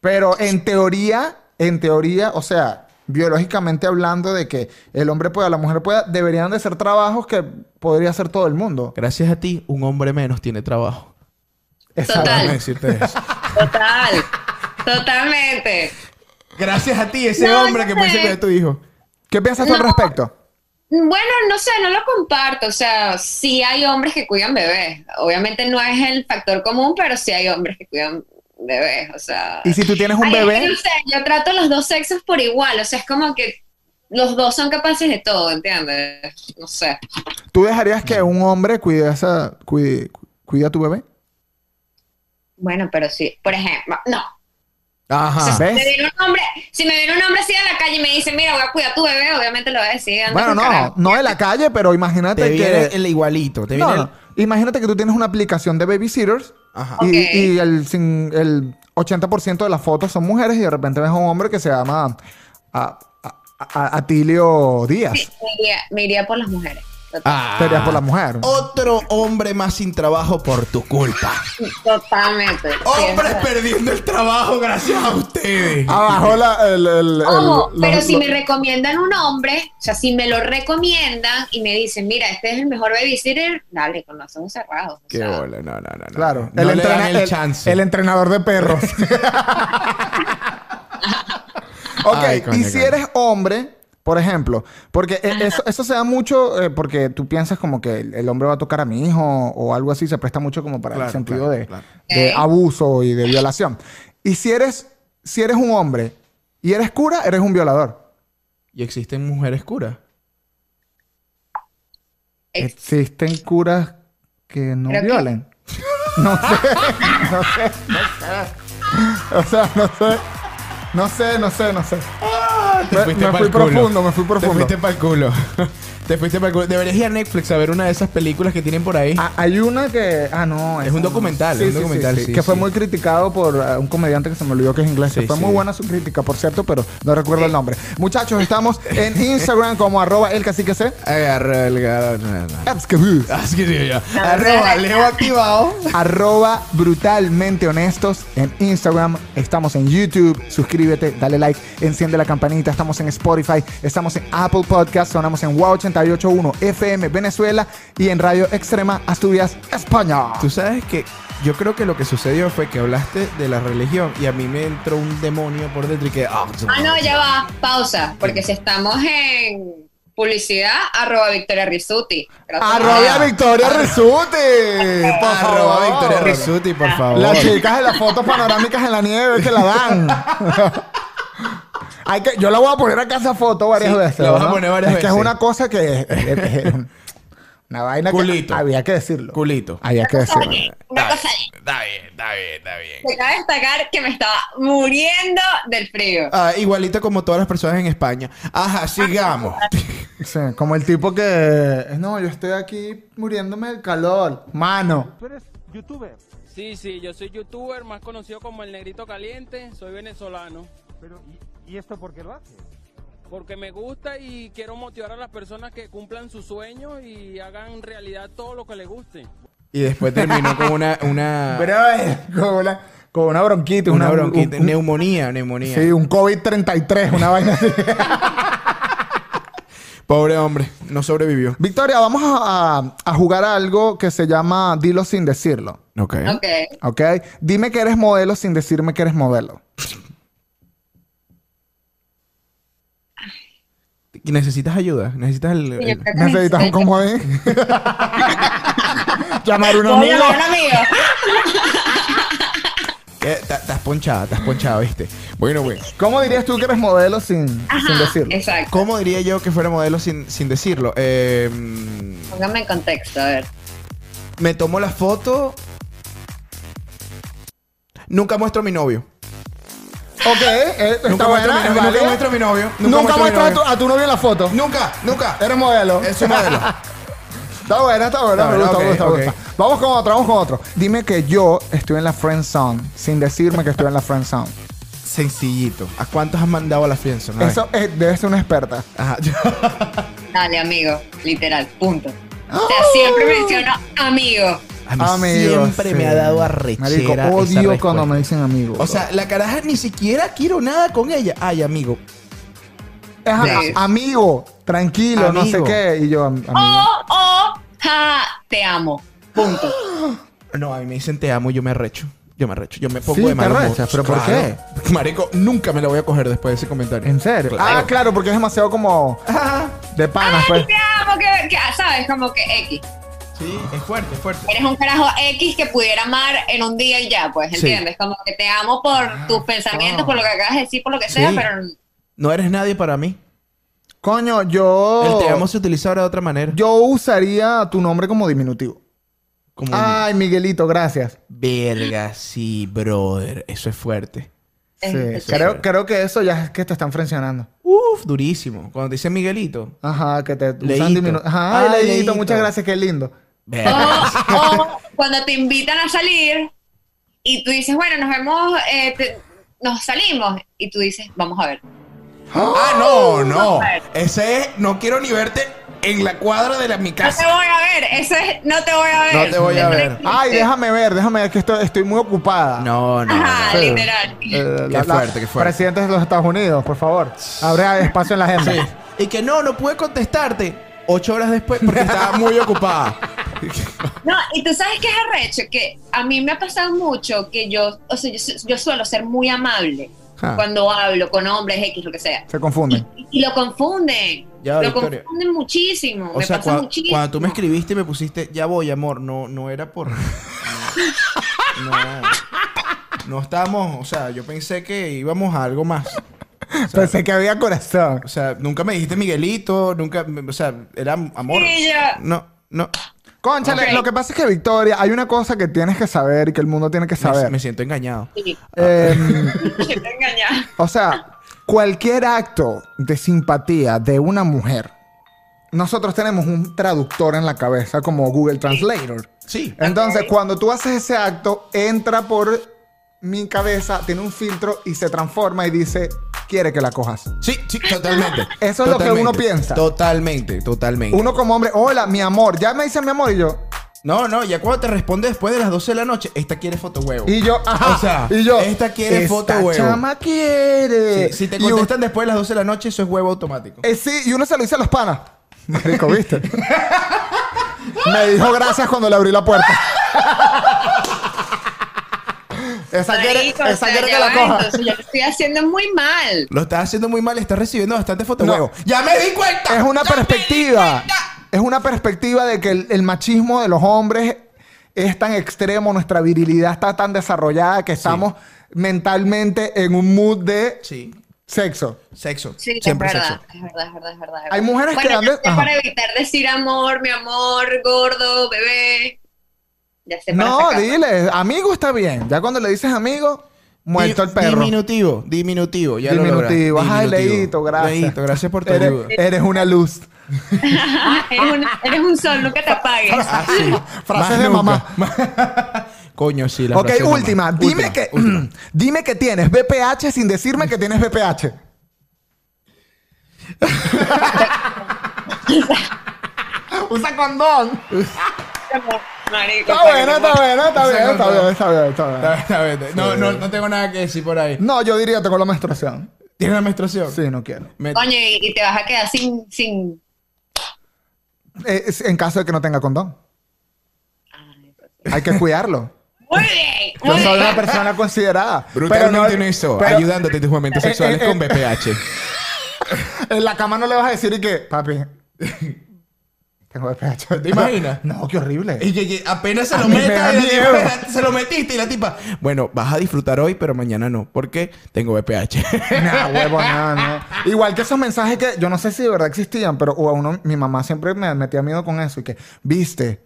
C: Pero en teoría, en teoría, o sea, biológicamente hablando de que el hombre pueda, la mujer pueda, deberían de ser trabajos que podría hacer todo el mundo.
B: Gracias a ti, un hombre menos tiene trabajo.
D: Total.
B: Déjame decirte eso.
D: Total. Totalmente.
B: Gracias a ti, ese
D: No,
B: hombre
D: yo
B: que puede
D: sé.
B: cuidar a tu hijo.
C: ¿Qué piensas tú al
D: No.
C: respecto?
D: Bueno, no sé, no lo comparto. O sea, sí hay hombres que cuidan bebés. Obviamente no es el factor común, pero sí hay hombres que cuidan bebés. O sea.
C: Y si tú tienes un
D: Ay, es
C: bebé,
D: que no sé, yo trato a los dos sexos por igual. O sea, es como que los dos son capaces de todo, ¿entiendes? No sé.
C: ¿tú dejarías que un hombre cuide, esa, cuide, cuide a tu bebé?
D: Bueno, pero sí. Por ejemplo, no.
B: Ajá.
D: Si me
C: Ah. ¿Ves?
D: viene un hombre, si me viene un hombre así a la calle y me dice, mira, voy a cuidar a tu bebé, obviamente lo voy a decir. anda
C: Bueno,
D: con
C: no,
D: carajo.
C: no de la calle, pero imagínate
B: Te viene
C: que...
B: el igualito. Te
C: No,
B: viene el-
C: no. Imagínate que tú tienes una aplicación de babysitters
B: Ajá.
C: y,
D: Ok.
C: y el, sin- el 80% de las fotos son mujeres y de repente ves a un hombre que se llama a- a- a- Atilio Díaz.
D: Sí, me iría, me iría por las mujeres.
B: Ah,
C: Peleas por la mujer.
B: Otro hombre más sin trabajo por tu culpa.
D: Totalmente. sí, es
B: Hombres
D: verdad.
B: perdiendo el trabajo gracias a ustedes.
C: Abajo la, el, el- el-
D: Ojo,
C: los-
D: pero si
C: los-
D: me recomiendan un hombre, o sea, si me lo recomiendan y me dicen, mira, este es el mejor babysitter, dale, con los ojos cerrados. o
B: Qué
D: sea,
B: bola, no, no, no. no.
C: Claro.
B: no le dan
C: entrena-
B: el, chance.
C: el entrenador
B: [laughs]
C: de perros. [laughs] ok,
B: Ay, coño,
C: y si
B: coño.
C: eres hombre, por ejemplo, porque eh, eso, eso se da mucho eh, porque tú piensas como que el, el hombre va a tocar a mi hijo o algo así, se presta mucho como para
B: Claro,
C: el sentido
B: claro,
C: de,
B: claro.
C: de
D: Ok.
C: abuso y de violación. Y si eres, si eres un hombre y eres cura, eres un violador.
B: Y existen mujeres curas.
D: Ex-
C: Existen curas que no
D: Creo que-
C: violen. [laughs] No sé, no sé, no sé. O sea, no sé. No sé, no sé, no sé. Me- me
B: Ah, pa'l culo.
C: fui profundo, me fui profundo.
B: Te fuiste para el culo. [laughs] te fuiste para el culo. Deberías ir a Netflix a ver una de esas películas que tienen por ahí.
C: Ah, hay una que. Ah, no.
B: Es
C: esa
B: un
C: no.
B: documental, es un documental, sí,
C: que fue
B: sí.
C: muy criticado por eh, un comediante que se me olvidó que es inglés. que
B: Sí,
C: fue
B: sí.
C: muy buena su crítica, por cierto, pero no recuerdo el nombre. Muchachos, estamos en Instagram como arroba el cacique C.
B: Agarra el gato.
C: Abscabu.
B: Así que digo yo. Arroba Leo Ah, activado.
C: arroba brutalmente honestos en Instagram, estamos en YouTube, suscríbete, dale like, enciende la campanita, estamos en Spotify, estamos en Apple Podcast, sonamos en Wow 881 FM Venezuela y en Radio Extrema Asturias, España.
B: Tú sabes que yo creo que lo que sucedió fue que hablaste de la religión y a mí me entró un demonio por dentro y que. Ah,
D: Ah, no, ya va, pausa, porque si estamos en publicidad, arroba Victoria Rizzuti. Gracias.
C: Arroba Victoria Rizzuti, por
B: Ah. Arroba
C: favor.
B: Victoria Rizzuti, por favor.
C: Las chicas de las fotos panorámicas en la nieve que
B: [laughs]
C: la dan. Hay que, yo la voy a poner acá esa foto varias
B: Sí,
C: veces.
B: la vas a
C: ¿no?
B: poner varias
C: es que
B: veces.
C: es una cosa que. es- es- es una vaina
B: Culito.
C: que. Había que decirlo.
B: Culito.
C: Había que
D: Está
C: decirlo.
D: bien, Una cosa de-
B: Está bien, está bien, está bien.
D: se cabe destacar que me estaba muriendo del frío.
B: Ah, igualito como todas las personas en España. Ajá, sigamos.
C: Sí, como el tipo que. No, yo estoy aquí muriéndome del calor. Mano.
H: Tú eres youtuber,
G: Sí, sí, yo soy youtuber, más conocido como el Negrito Caliente, soy venezolano,
H: pero ¿y, y esto por qué lo haces?
G: porque me gusta y quiero motivar a las personas que cumplan sus sueños y hagan realidad todo lo que les guste.
B: Y después terminó con
C: [laughs]
B: una. una
C: Pero con una, con una bronquita,
B: una
C: una,
B: bronquita,
C: un- un-
B: neumonía, neumonía.
C: sí, un COVID-33, una vaina así. [laughs]
B: Pobre hombre, no sobrevivió.
C: Victoria, vamos a, a- a jugar a algo que se llama Dilo sin decirlo.
B: Ok.
D: Ok.
C: ¿Ok? Dime que eres modelo sin decirme que eres modelo.
B: ¿Necesitas ayuda? ¿Necesitas el, el-
D: Sí, yo creo que
C: ¿Necesitas un
D: necesito-
C: comodín? Llamar a un
D: Voy a
C: amigo.
D: llamar a un amigo.
B: Eh, ta- Estás ponchada, estás ponchada, viste. Bueno, pues, güey.
C: ¿Cómo dirías tú que eres modelo sin, sin decirlo?
D: Exacto.
B: ¿Cómo diría yo que fuera modelo sin, sin decirlo? Eh, mm,
D: Póngame en contexto, a ver.
B: me tomo la foto. Nunca muestro a mi novio.
C: Ok, eh, está
B: Nunca muestro, a
C: buena.
B: mi,
C: es
B: nunca
C: válida.
B: muestro a mi novio.
C: Nunca
B: muestro a mi
C: muestras a tu,
B: novio.
C: a tu novio en la foto.
B: Nunca, nunca.
C: Eres modelo.
B: Es su
C: [laughs]
B: modelo.
C: Está buena, está buena.
B: Está
C: me
B: buena, ok,
C: gusta, me gusta, me
B: ok.
C: gusta. Vamos con otro, vamos con otro. Dime que yo estoy en la friend zone sin decirme que estoy en la friend zone.
B: Sencillito. ¿A cuántos has mandado a la fianza?
C: Eso es- debe ser una experta. [laughs]
B: Ajá.
D: Dale, amigo. Literal. Punto. O sea, siempre menciono amigo.
B: A mí
C: Amigo,
B: siempre
C: sí.
B: me ha dado arrechera
C: Marico,
B: esa
C: odio cuando
B: respuesta.
C: me dicen amigo.
B: O sea, la caraja ni siquiera quiero nada con ella. Ay, amigo.
C: Es a-
D: Sí.
C: amigo, tranquilo, no sé
B: Amigo.
C: qué. Y yo, am- amigo.
D: O, o, ja, te amo. Punto.
B: No, a mí me dicen te amo y yo me arrecho. Yo me arrecho. Yo me pongo
C: Sí,
B: de mal
C: te
B: humor.
C: arrechas, ¿pero por
B: qué? Marico, nunca me la voy a coger después de ese comentario.
C: ¿En serio? Ah, claro, porque es demasiado como
B: Ah,
C: de
D: Ay,
C: panas, pues.
D: te amo. Que, que, ¿Sabes? Como que X.
B: sí, es fuerte, es fuerte.
D: Eres un carajo X que pudiera amar en un día y ya, pues,
B: Sí.
D: ¿entiendes? Como que te amo por tus pensamientos, por lo que acabas de decir, por lo que sea,
B: Sí.
D: pero
B: No eres nadie para mí.
C: Coño, yo.
B: El te amo se utiliza ahora de otra manera.
C: Oh. Yo usaría tu nombre como diminutivo.
B: Como un-
C: Ay, Miguelito, gracias.
B: verga, sí, brother. Eso es fuerte.
D: Es-
C: Sí,
D: es-
C: creo, creo que eso ya es que te están frencionando.
B: Uf, durísimo. Cuando te dice Miguelito.
C: Ajá, que te
B: Leíto.
C: usan diminutivo. Ajá, ay,
B: Ay,
C: Leíto,
B: Leíto.
C: muchas gracias, qué lindo.
B: Verga.
D: O, o
B: [laughs]
D: cuando te invitan a salir y tú dices, bueno, nos vemos, eh, te- nos salimos, y tú dices, vamos a ver.
B: ah, no, no. Ese es, no quiero ni verte en la cuadra de la, mi
D: No te
B: casa.
D: voy a ver, eso es, no te voy a ver.
B: No te voy a ver.
C: Ay, déjame ver, déjame ver que estoy, estoy muy ocupada.
B: No, no.
D: Ajá,
B: no.
D: literal.
C: Eh,
B: Qué fuerte, qué fuerte.
C: Presidente de los Estados Unidos, por favor. Habrá espacio en la agenda.
B: Sí. Y que no, no pude contestarte ocho horas después porque
D: [laughs]
B: estaba muy ocupada.
D: No, y tú sabes que es arrecho, que a mí me ha pasado mucho que yo, o sea, yo, su- yo suelo ser muy amable
C: Ah.
D: cuando hablo con hombres X, lo que sea.
C: Se confunden.
D: Y, y lo confunden.
B: Ya,
D: lo
B: Victoria.
D: confunden muchísimo.
B: O
D: me
B: sea,
D: pasa
B: cua-
D: muchísimo.
B: cuando tú me escribiste y me pusiste, ya voy, amor, no, no era por.
D: [laughs]
B: No, no, no estábamos, o sea, yo pensé que íbamos a algo más.
C: Pensé que había corazón.
B: O sea, nunca me dijiste Miguelito, nunca, o sea, era amor.
D: Sí, ya.
B: No, no.
C: Conchale,
D: Ok.
C: lo que pasa es que Victoria, hay una cosa que tienes que saber y que el mundo tiene que
B: Me,
C: saber.
B: me siento engañado.
D: Sí, [laughs]
C: Em,
D: te engañas.
C: [laughs] o sea, cualquier acto de simpatía de una mujer, nosotros tenemos un traductor en la cabeza como Google Translator.
B: Sí.
C: Entonces, cuando tú haces ese acto, entra por mi cabeza, tiene un filtro y se transforma y dice, quiere que la cojas.
B: Sí, sí, totalmente.
C: [laughs] Eso es lo que
B: Totalmente.
C: uno piensa.
B: Totalmente, totalmente.
C: Uno como hombre, hola, mi amor, ya me dice mi amor y yo,
B: No, no, ya cuando te responde después de las 12 de la noche, esta quiere foto huevo.
C: y yo, ajá,
B: O sea,
C: y yo,
B: esta quiere foto
C: esta
B: huevo.
C: chama quiere.
B: Sí, si te
C: Eh, Y un-
B: contestan después de las 12 de la noche, eso es huevo automático.
C: Eh, sí, y uno se lo dice a los panas. Marico, ¿viste? Me dijo gracias cuando le abrí la puerta. esa quiere,
D: Marico, o
C: esa
D: sea,
C: quiere
D: ya
C: que la
D: va,
C: coja.
D: entonces yo lo estoy haciendo muy mal.
B: Lo estás haciendo muy mal, estás recibiendo bastante foto
C: No.
B: huevo. ¡Ya me di cuenta!
C: Es una
B: ¡Ya me di
C: perspectiva.
B: cuenta!
C: Es una perspectiva de que el, el machismo de los hombres es tan extremo, nuestra virilidad está tan desarrollada que estamos mentalmente en un mood de
B: Sí,
C: sexo.
B: sexo.
D: Sí,
B: Siempre
D: es, verdad,
B: sexo.
D: es verdad, es verdad, es verdad.
C: Hay mujeres que
D: Bueno,
C: andan-
D: ya sé
C: Ajá.
D: para evitar decir amor, mi amor, gordo, bebé. Ya sé para
C: No,
D: sacarlo.
C: dile, amigo está bien. Ya cuando le dices amigo, muerto
B: Di-
C: el perro.
B: Diminutivo, diminutivo, ya lo lograste.
C: Diminutivo. Ay,
B: Diminutivo.
C: Leito, gracias.
B: Leito, gracias por tu
C: eres,
B: ayuda.
C: Eres una luz.
D: [laughs] eres, un, eres un sol, nunca te apagues.
B: Ah,
D: [laughs]
B: sí.
C: Frases
B: Más
C: de
B: nunca.
C: mamá.
B: Coño, sí, la
C: ok,
B: frase de mamá.
C: última. Dime
B: Última,
C: que [clears throat]
B: última.
C: dime que tienes BPH sin decirme que tienes BPH. [laughs] Usa condón.
D: Marico,
C: Está bueno, está bueno, está
B: Usa
C: bien, está
B: condón.
C: bien, está bien, está bien.
B: Está bien, está bien. No, no, no tengo nada que decir por ahí.
C: No, yo diría tengo la menstruación.
B: ¿Tienes la menstruación?
C: Sí, no quiero.
B: Me-
D: Coño, y, y te vas a quedar sin, sin...
C: Eh, es- en caso de que no tenga condón. Hay
D: [laughs]
C: que cuidarlo.
D: Muy bien,
C: Yo
D: pues muy
C: soy
D: bien.
C: una persona considerada.
B: Brutalmente
C: no-
B: honesto,
C: pero
B: ayudándote en tus momentos
C: Eh, eh,
B: sexuales
C: eh.
B: con BPH.
C: En la cama no le vas a decir y
B: [laughs]
C: que, papi, tengo BPH.
B: ¿Te imaginas?
C: [laughs] No, qué horrible.
B: [laughs] Y que, que apenas se
C: A
B: lo
C: mí me da
B: metas, y la tipa- [laughs]
C: miedo.
B: se lo metiste y la tipa, bueno, vas a disfrutar hoy, pero mañana no, porque tengo BPH.
C: Nah, huevo, nah, nah. Igual que esos mensajes que yo no sé si de verdad existían, pero o a uno, mi mamá siempre me metía miedo con eso. Y que, viste,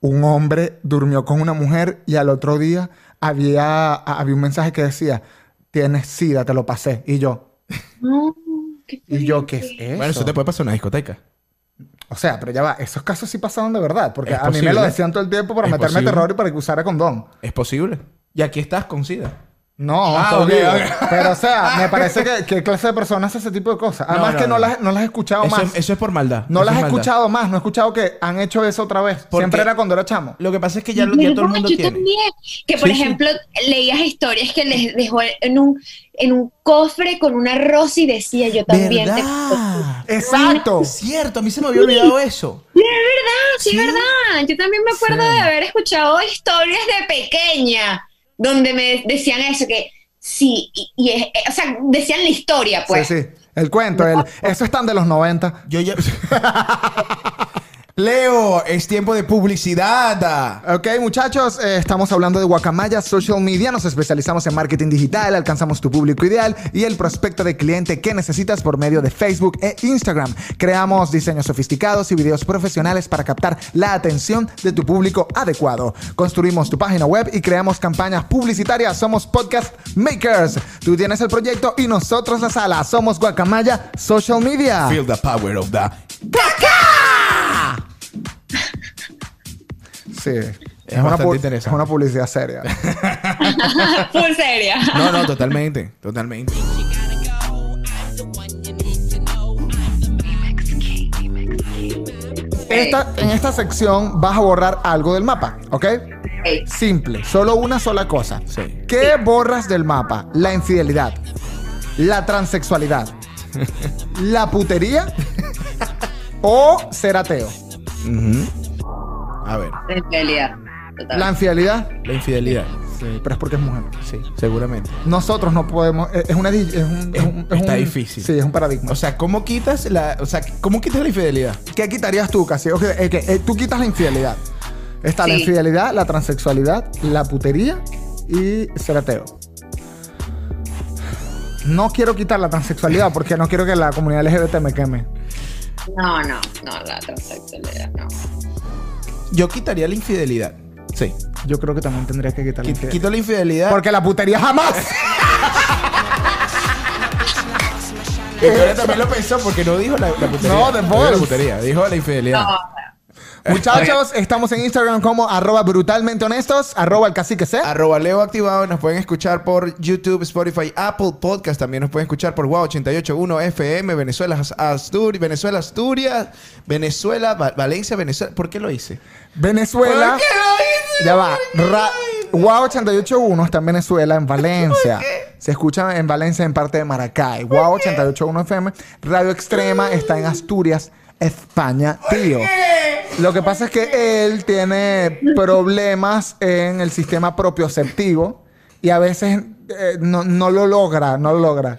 C: un hombre durmió con una mujer y al otro día había, a- había un mensaje que decía, tienes sida, te lo pasé. Y yo,
D: No, qué
C: ¿y yo qué es
B: [laughs]
C: eso?
B: bueno, eso te puede pasar en una discoteca.
C: O sea, pero ya va, esos casos sí pasaron de verdad, porque
B: Es
C: a mí me lo
B: posible.
C: decían todo el tiempo para
B: Es
C: meterme
B: posible.
C: terror y para que usara condón.
B: Es posible. Y aquí estás con SIDA.
C: No,
B: Ah,
C: estoy
B: ok,
C: vivo.
B: ok.
C: [laughs] Pero o sea, me parece que qué clase de personas hace ese tipo de cosas. Además
B: no,
C: que no,
B: no.
C: Las, no las he escuchado
B: Eso,
C: más.
B: es- eso es por maldad.
C: no
B: eso
C: las
B: es
C: he
B: maldad.
C: escuchado más, no he escuchado que han hecho eso otra vez.
B: ¿Por
C: Siempre
B: qué?
C: era cuando era chamo.
B: Lo que pasa es que ya, lo- ya todo el mundo
D: yo
B: tiene.
D: también. Que por
B: Sí, sí.
D: ejemplo, leías historias que les dejó en un, en un cofre con un arroz y decía yo también. te-
B: ¿Verdad? [laughs]
C: Exacto.
B: Cierto, a mí se me había olvidado eso.
D: Sí, es verdad, sí,
B: Sí.
D: es verdad. Yo también me acuerdo
B: Sí.
D: de haber escuchado historias de pequeña donde me decían eso, que sí, y, y es- eh, o sea, decían la historia, pues.
C: Sí, sí. El cuento, el, eso es tan de los 90.
B: Yo ya. [laughs] Leo, es tiempo de publicidad.
C: Ok, muchachos, eh, estamos hablando de Guacamaya Social Media. Nos especializamos en marketing digital, alcanzamos tu público ideal y el prospecto de cliente que necesitas por medio de Facebook e Instagram. Creamos diseños sofisticados y videos profesionales para captar la atención de tu público adecuado. Construimos tu página web y creamos campañas publicitarias. Somos Podcast Makers. Tú tienes el proyecto y nosotros la sala. Somos Guacamaya Social Media.
B: Feel the power of the.
C: Sí. Es, una,
B: bastante
C: pu-
B: interesante.
C: es una publicidad seria.
D: [laughs] Full seria.
B: No, no, totalmente. Totalmente.
C: Esta, en esta sección vas a borrar algo del mapa, ¿ok?
D: Ok.
C: Simple, solo una sola cosa.
B: Sí.
C: ¿Qué borras del mapa? La infidelidad, la
B: [laughs]
C: transexualidad, la putería o ser ateo.
B: A ver,
D: En realidad. total.
B: Ah.
C: La infidelidad,
B: la infidelidad.
C: sí, pero es porque es mujer.
B: Sí, seguramente.
C: Nosotros no podemos. Es es una. di- Es un, es un- es
B: Está
C: un-
B: difícil.
C: Sí, es un paradigma.
B: O sea, ¿cómo quitas la, o sea, ¿cómo quitas la infidelidad?
C: ¿Qué quitarías tú, casi? Ok, eh, que, eh, tú quitas la infidelidad. Está la
D: Sí.
C: infidelidad, la transexualidad, la putería y ser ateo. No quiero quitar la transexualidad porque no quiero que la comunidad LGBT me queme.
D: No, no, no, la transexualidad, no.
B: Yo quitaría la infidelidad. Sí.
C: Yo creo que también tendría que quitar la
B: Qui-
C: infidelidad.
B: Quito la infidelidad.
C: Porque la
B: [laughs]
C: putería jamás.
B: Victoria también lo pensó porque no dijo la, la putería.
C: No, de
B: dijo la
C: bols.
B: putería, dijo la infidelidad.
D: No,
C: Muchachos, estamos en Instagram como arroba brutalmente honestos, arroba el cacique sea.
B: Arroba Leo Activado. Nos pueden escuchar por YouTube, Spotify, Apple Podcast. También nos pueden escuchar por Wow 881 FM, Venezuela, Asturias, Venezuela, Asturias, Venezuela, Va- Valencia, Venezuela. ¿Por qué lo hice?
C: Venezuela.
B: ¿Por qué lo hice?
C: Ya va. Ra Guau 881 está en Venezuela, en Valencia. Se escucha en Valencia, en parte de Maracay. Guau 881 FM. Radio
B: Mm.
C: Extrema está en Asturias, España, tío. Lo que pasa es que él tiene problemas en el sistema propioceptivo y a veces eh, no, no lo logra, no lo logra.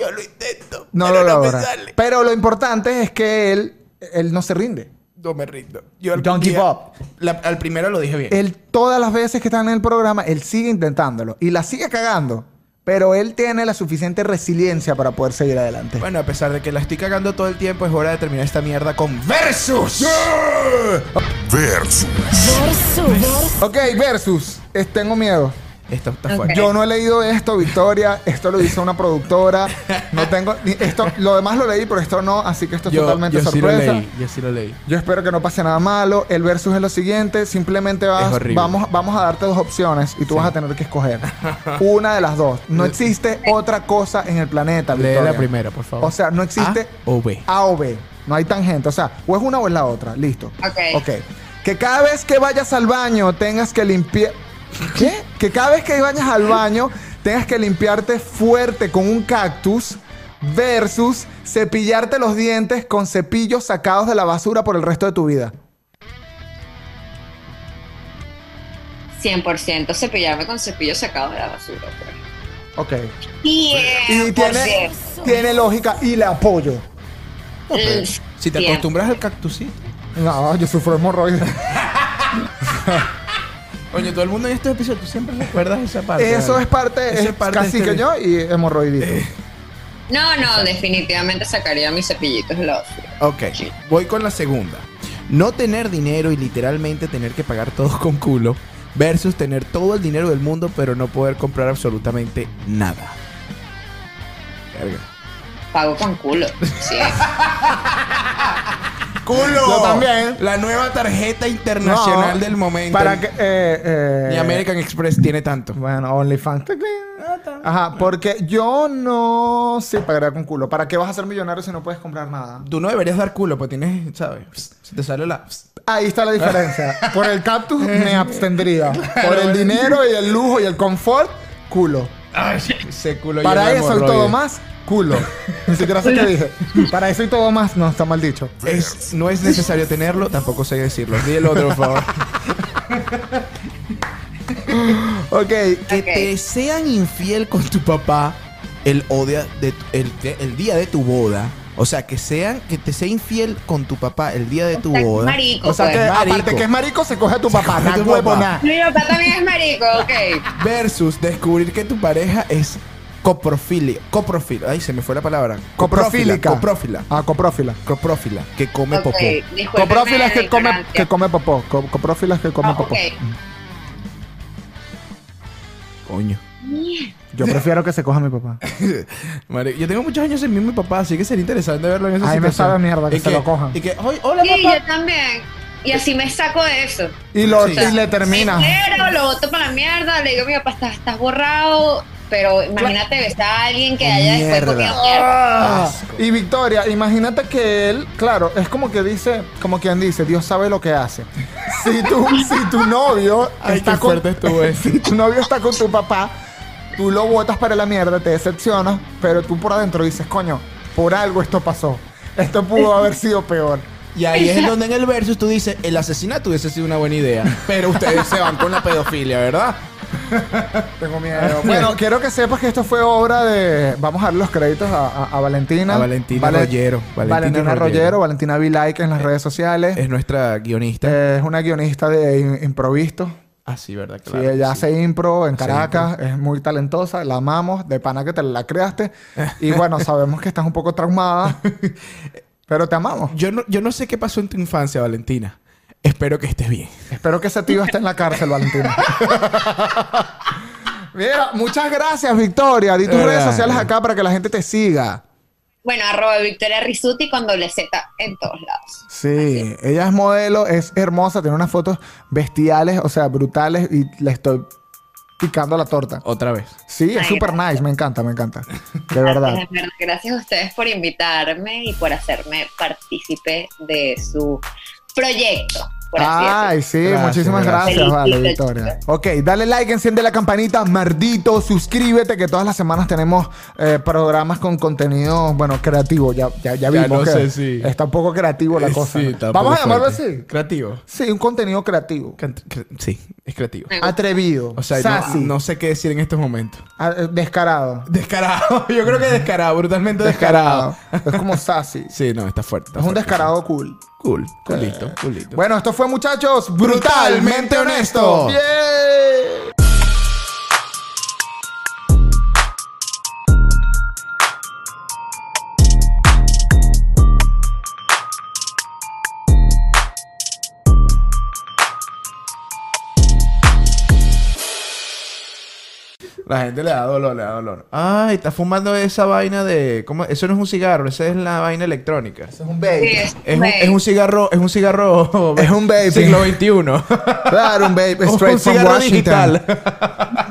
B: Yo lo intento.
C: No
B: pero
C: lo
B: me
C: logra.
B: sale.
C: Pero lo importante es que él, él no se rinde.
B: No me rindo. Yo al
C: Don't give up.
B: la- al primero lo dije bien.
C: Él todas las veces que está en el programa, él sigue intentándolo y la sigue cagando, pero él tiene la suficiente resiliencia para poder seguir adelante.
B: Bueno, a pesar de que la estoy cagando todo el tiempo, es hora de terminar esta mierda con Versus.
A: Versus, ver-
C: Ok, versus, Es- tengo miedo.
B: Esto está fuerte.
C: Yo no he leído esto, Victoria. Esto lo hizo una productora. No tengo ni- esto. Lo demás lo leí, pero esto no. Así que esto es totalmente
B: yo sí lo
C: sorpresa.
B: leí, yo sí lo leí.
C: Yo espero que no pase nada malo. El versus es lo siguiente. Simplemente vas-
B: Es horrible.
C: vamos, vamos a darte dos opciones y tú vas a tener que
B: [laughs]
C: escoger una de las dos. No existe otra cosa en el planeta,
B: Lee
C: Victoria.
B: la primera, por favor.
C: O sea, no existe
B: A o B.
C: A o B. No hay tangente. O sea, o es una o es la otra. Listo.
D: Ok.
C: Ok. Que cada vez que vayas al baño tengas que limpiar... ¿Qué? Que cada vez que vayas al baño tengas que limpiarte fuerte con un cactus versus cepillarte los dientes con cepillos sacados de la basura por el resto de tu vida.
D: 100% cepillarme con cepillo sacado de la basura. pues.
C: Ok. Y
D: 100%. pues
C: tiene, tiene lógica y le apoyo.
D: Mm,
B: Si te
D: 100%.
B: acostumbras al cactusito.
C: No, yo sufro hemorroides.
B: Oye, todo el mundo en estos episodios, tú siempre recuerdas esa parte.
C: Eso
B: ¿vale?
C: es parte,
B: Eso
C: es casi
B: este
C: que yo y hemorroidito.
D: No, no, definitivamente sacaría mis cepillitos de la basura.
B: Ok, voy con la segunda. No tener dinero y literalmente tener que pagar todo con culo versus tener todo el dinero del mundo pero no poder comprar absolutamente nada. Verga.
D: Pago con culo. Sí.
C: [laughs]
B: ¡Culo!
C: Yo también.
B: La nueva tarjeta internacional
C: No,
B: del momento.
C: Para que. Eh, eh,
B: Ni American Express tiene tanto.
C: Bueno, OnlyFans. Ajá, porque yo no. Sí, pagaré con culo. ¿Para qué vas a ser millonario si no puedes comprar nada?
B: Tú no deberías dar culo, pues tienes, ¿sabes? Psst, Se te sale la... psst.
C: Ahí está
B: [laughs]
C: la diferencia. Por el cactus me abstendría. Por el dinero y el lujo y el confort, culo.
B: Ese culo
C: Para
B: lleva
C: eso y todo
B: hemorroides.
C: más, culo.
B: [laughs]
C: Ni siquiera sé qué dije. Para eso y todo más, no, está mal dicho.
B: Es- no es necesario tenerlo, tampoco sé decirlo. Di el otro, por favor.
C: Ok.
B: que
D: Ok.
B: te sean infiel con tu papá el, odia de tu- el, de- el día de tu boda. O sea, que sean, que te sea infiel con tu papá el día de tu
D: Está
B: boda.
D: marico,
C: O sea
D: pues.
C: que,
B: Marico.
C: aparte que es marico, se coge a tu papá.
B: coge a
C: Na
B: tu
C: huevo,
B: papá.
C: na.
D: Mi papá también es marico, ok.
B: Versus descubrir que tu pareja es coprofilia. Coprofila. Ay, se me fue la palabra.
C: Coprofílica.
B: Coprofila.
C: Ah, coprófila.
B: Coprofila. Que come
D: Ok,
B: popó.
D: discúlpenme
C: Coprófilas
D: Pues la
C: que come,
D: ignorancia.
C: que come popó. Co- Coprófilas que come
D: Ah,
C: popó.
D: ok.
B: Coño.
C: Yo prefiero que se coja mi papá.
B: Madre, yo tengo muchos años sin mí mi papá, así que sería interesante verlo en esa
C: Ay, me
B: situación.
C: sabe mierda que
B: Y
C: se lo cojan.
B: Y que, "Ay, hola
D: Sí,
B: papá.
D: yo también. Y así me saco de eso.
C: Y, lo,
B: Sí.
C: y le termina.
D: Pero lo boto para la mierda, le digo, mi papá, estás, estás borrado, Pero imagínate besar a alguien que haya después comido mierda.
C: Ah, y Victoria, imagínate que él, claro, es como que dice, como quien dice, Dios sabe lo que hace.
D: [laughs]
C: Si tu, si tu novio
B: Ay,
C: está
B: qué
C: con
B: fuerte
C: [laughs]
B: estuvo eso.
C: si tu novio está con tu papá, tú lo botas para la mierda, te decepcionas, pero tú por adentro dices, coño, por algo esto pasó. Esto pudo haber sido peor.
B: Y ahí es donde en el versus tú dices, el asesinato hubiese sido una buena
C: [laughs]
B: idea, pero ustedes se van con la pedofilia, ¿verdad?
C: Tengo miedo. [laughs] Bueno, quiero que sepas que esto fue obra de. Vamos a dar los créditos a, a- a Valentina.
B: A Valentina Rollero.
C: Valentina,
B: Valentina
C: Rollero.
B: Rollero.
C: Valentina Vilaica en las redes sociales.
B: Es nuestra guionista.
C: Eh, Es una guionista de in- improvisto.
B: Ah, sí, ¿verdad?
C: Sí,
B: Claro.
C: ella hace impro en
B: Hace
C: Caracas, es muy talentosa, la amamos, de pana que te la [laughs] creaste. Y bueno, sabemos que estás un poco traumada, pero te amamos.
B: Yo no, yo no sé qué pasó en tu infancia, Valentina. Espero que estés bien.
C: Espero que ese tío esté en la cárcel, [laughs] Valentina. Mira, muchas gracias, Victoria. Di tus
B: Ay.
C: redes sociales acá para que la gente te siga.
D: Bueno, arroba Victoria Risuti con doble Z en todos lados.
C: Sí, ella es modelo, es hermosa, tiene unas fotos bestiales, o sea, brutales, y le estoy picando la torta.
B: Otra vez.
C: Sí, es
D: Ay,
C: súper nice, me encanta, me encanta. De verdad.
D: Gracias, de verdad. Gracias a ustedes por invitarme y por hacerme partícipe de su proyecto. Por así
C: Ay,
D: decirlo.
C: sí,
B: Gracias,
C: muchísimas gracias,
D: gracias.
C: vale,
D: Felicito,
C: Victoria. Ok, dale like, enciende la campanita, mardito, suscríbete, que todas las semanas tenemos eh, programas con contenido, bueno, creativo. Ya, ya, ya vimos
B: no
C: que
B: sé, sí.
C: está un poco creativo la
B: Eh,
C: cosa.
B: sí,
C: ¿no?
B: está
C: Vamos
B: poco
C: a llamarlo
B: fuerte.
C: así.
B: Creativo.
C: Sí, un contenido creativo.
B: Cant- cre- sí, es creativo.
C: Atrevido.
B: O sea, no,
C: sassy,
B: no sé qué decir en estos momentos. [laughs]
C: ah, eh, descarado.
B: Descarado. Yo creo que descarado, brutalmente descarado.
C: Descarado. [laughs] es como sassy.
B: Sí, no, está fuerte. está
C: Es un
B: fuerte.
C: descarado cool.
B: Cool, culito, culito.
C: Bueno, esto fue, muchachos, brutalmente
B: Honesto.
C: honesto. ¡Bien!
B: La gente le da dolor, le da dolor. Ay, está fumando esa vaina de. ¿cómo? Eso no es un cigarro, esa es la vaina electrónica. Es un,
D: Sí, es
B: es
D: vape.
B: un cigarro, es un cigarro.
C: Es un
B: [laughs]
C: vape.
B: Siglo
C: [laughs]
B: XXI.
C: Claro, un babe
B: [laughs] Un
C: straight from
B: cigarro
C: Washington.
B: digital.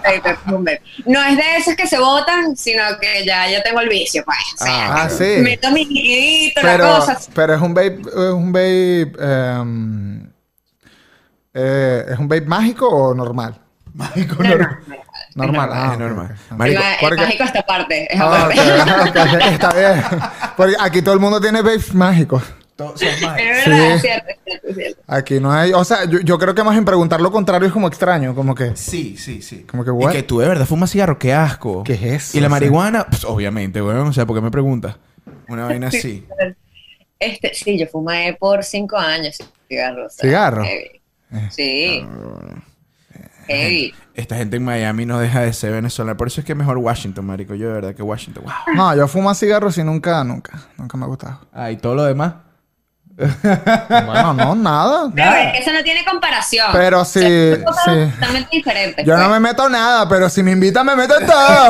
D: Vape, boom, vape. No es de esos que se botan, sino que ya, ya tengo el vicio, pues. O sea,
C: Ah, sí.
D: meto mi liquidito,
C: Pero,
D: la cosa.
C: pero es un babe, es un babe, em, eh, es un babe mágico o normal?
D: No, no, no, no.
C: Normal, ah,
B: es normal.
C: ok.
B: Marico,
D: el, ma- el
C: porque-
D: mágico esta parte, es
C: Ah,
D: aparte.
C: [laughs] ok, ok, Está bien. Porque aquí todo el mundo tiene babes mágicos.
D: [laughs] Es verdad,
C: Sí.
D: es cierto, es cierto, es cierto.
C: Aquí no hay, o sea, yo, yo creo que más en preguntar lo contrario es como extraño, como que,
B: Sí, sí, sí.
C: Como que, what?
B: Y que tú de verdad fumas cigarro, qué asco.
C: ¿Qué es eso?
B: Y la
C: O sea-
B: marihuana, pues, obviamente, weón. O sea, ¿por qué me preguntas? Una vaina así.
D: Este, sí, yo fumé por cinco años cigarros.
C: ¿Cigarro? Eh. Ah,
D: Sí. Heavy.
B: Esta gente en Miami no deja de ser venezolana. Por eso es que es mejor Washington, marico. Yo de verdad que Washington, wow.
C: no, yo fumo cigarros y nunca, nunca, nunca me ha gustado.
B: Ah, y todo lo demás.
C: Bueno, no, nada.
D: Pero es que eso no tiene comparación.
C: Pero sí,
D: Son cosas
C: sí.
D: totalmente diferentes.
C: Yo no me meto nada, pero si me invitan me meto en todo.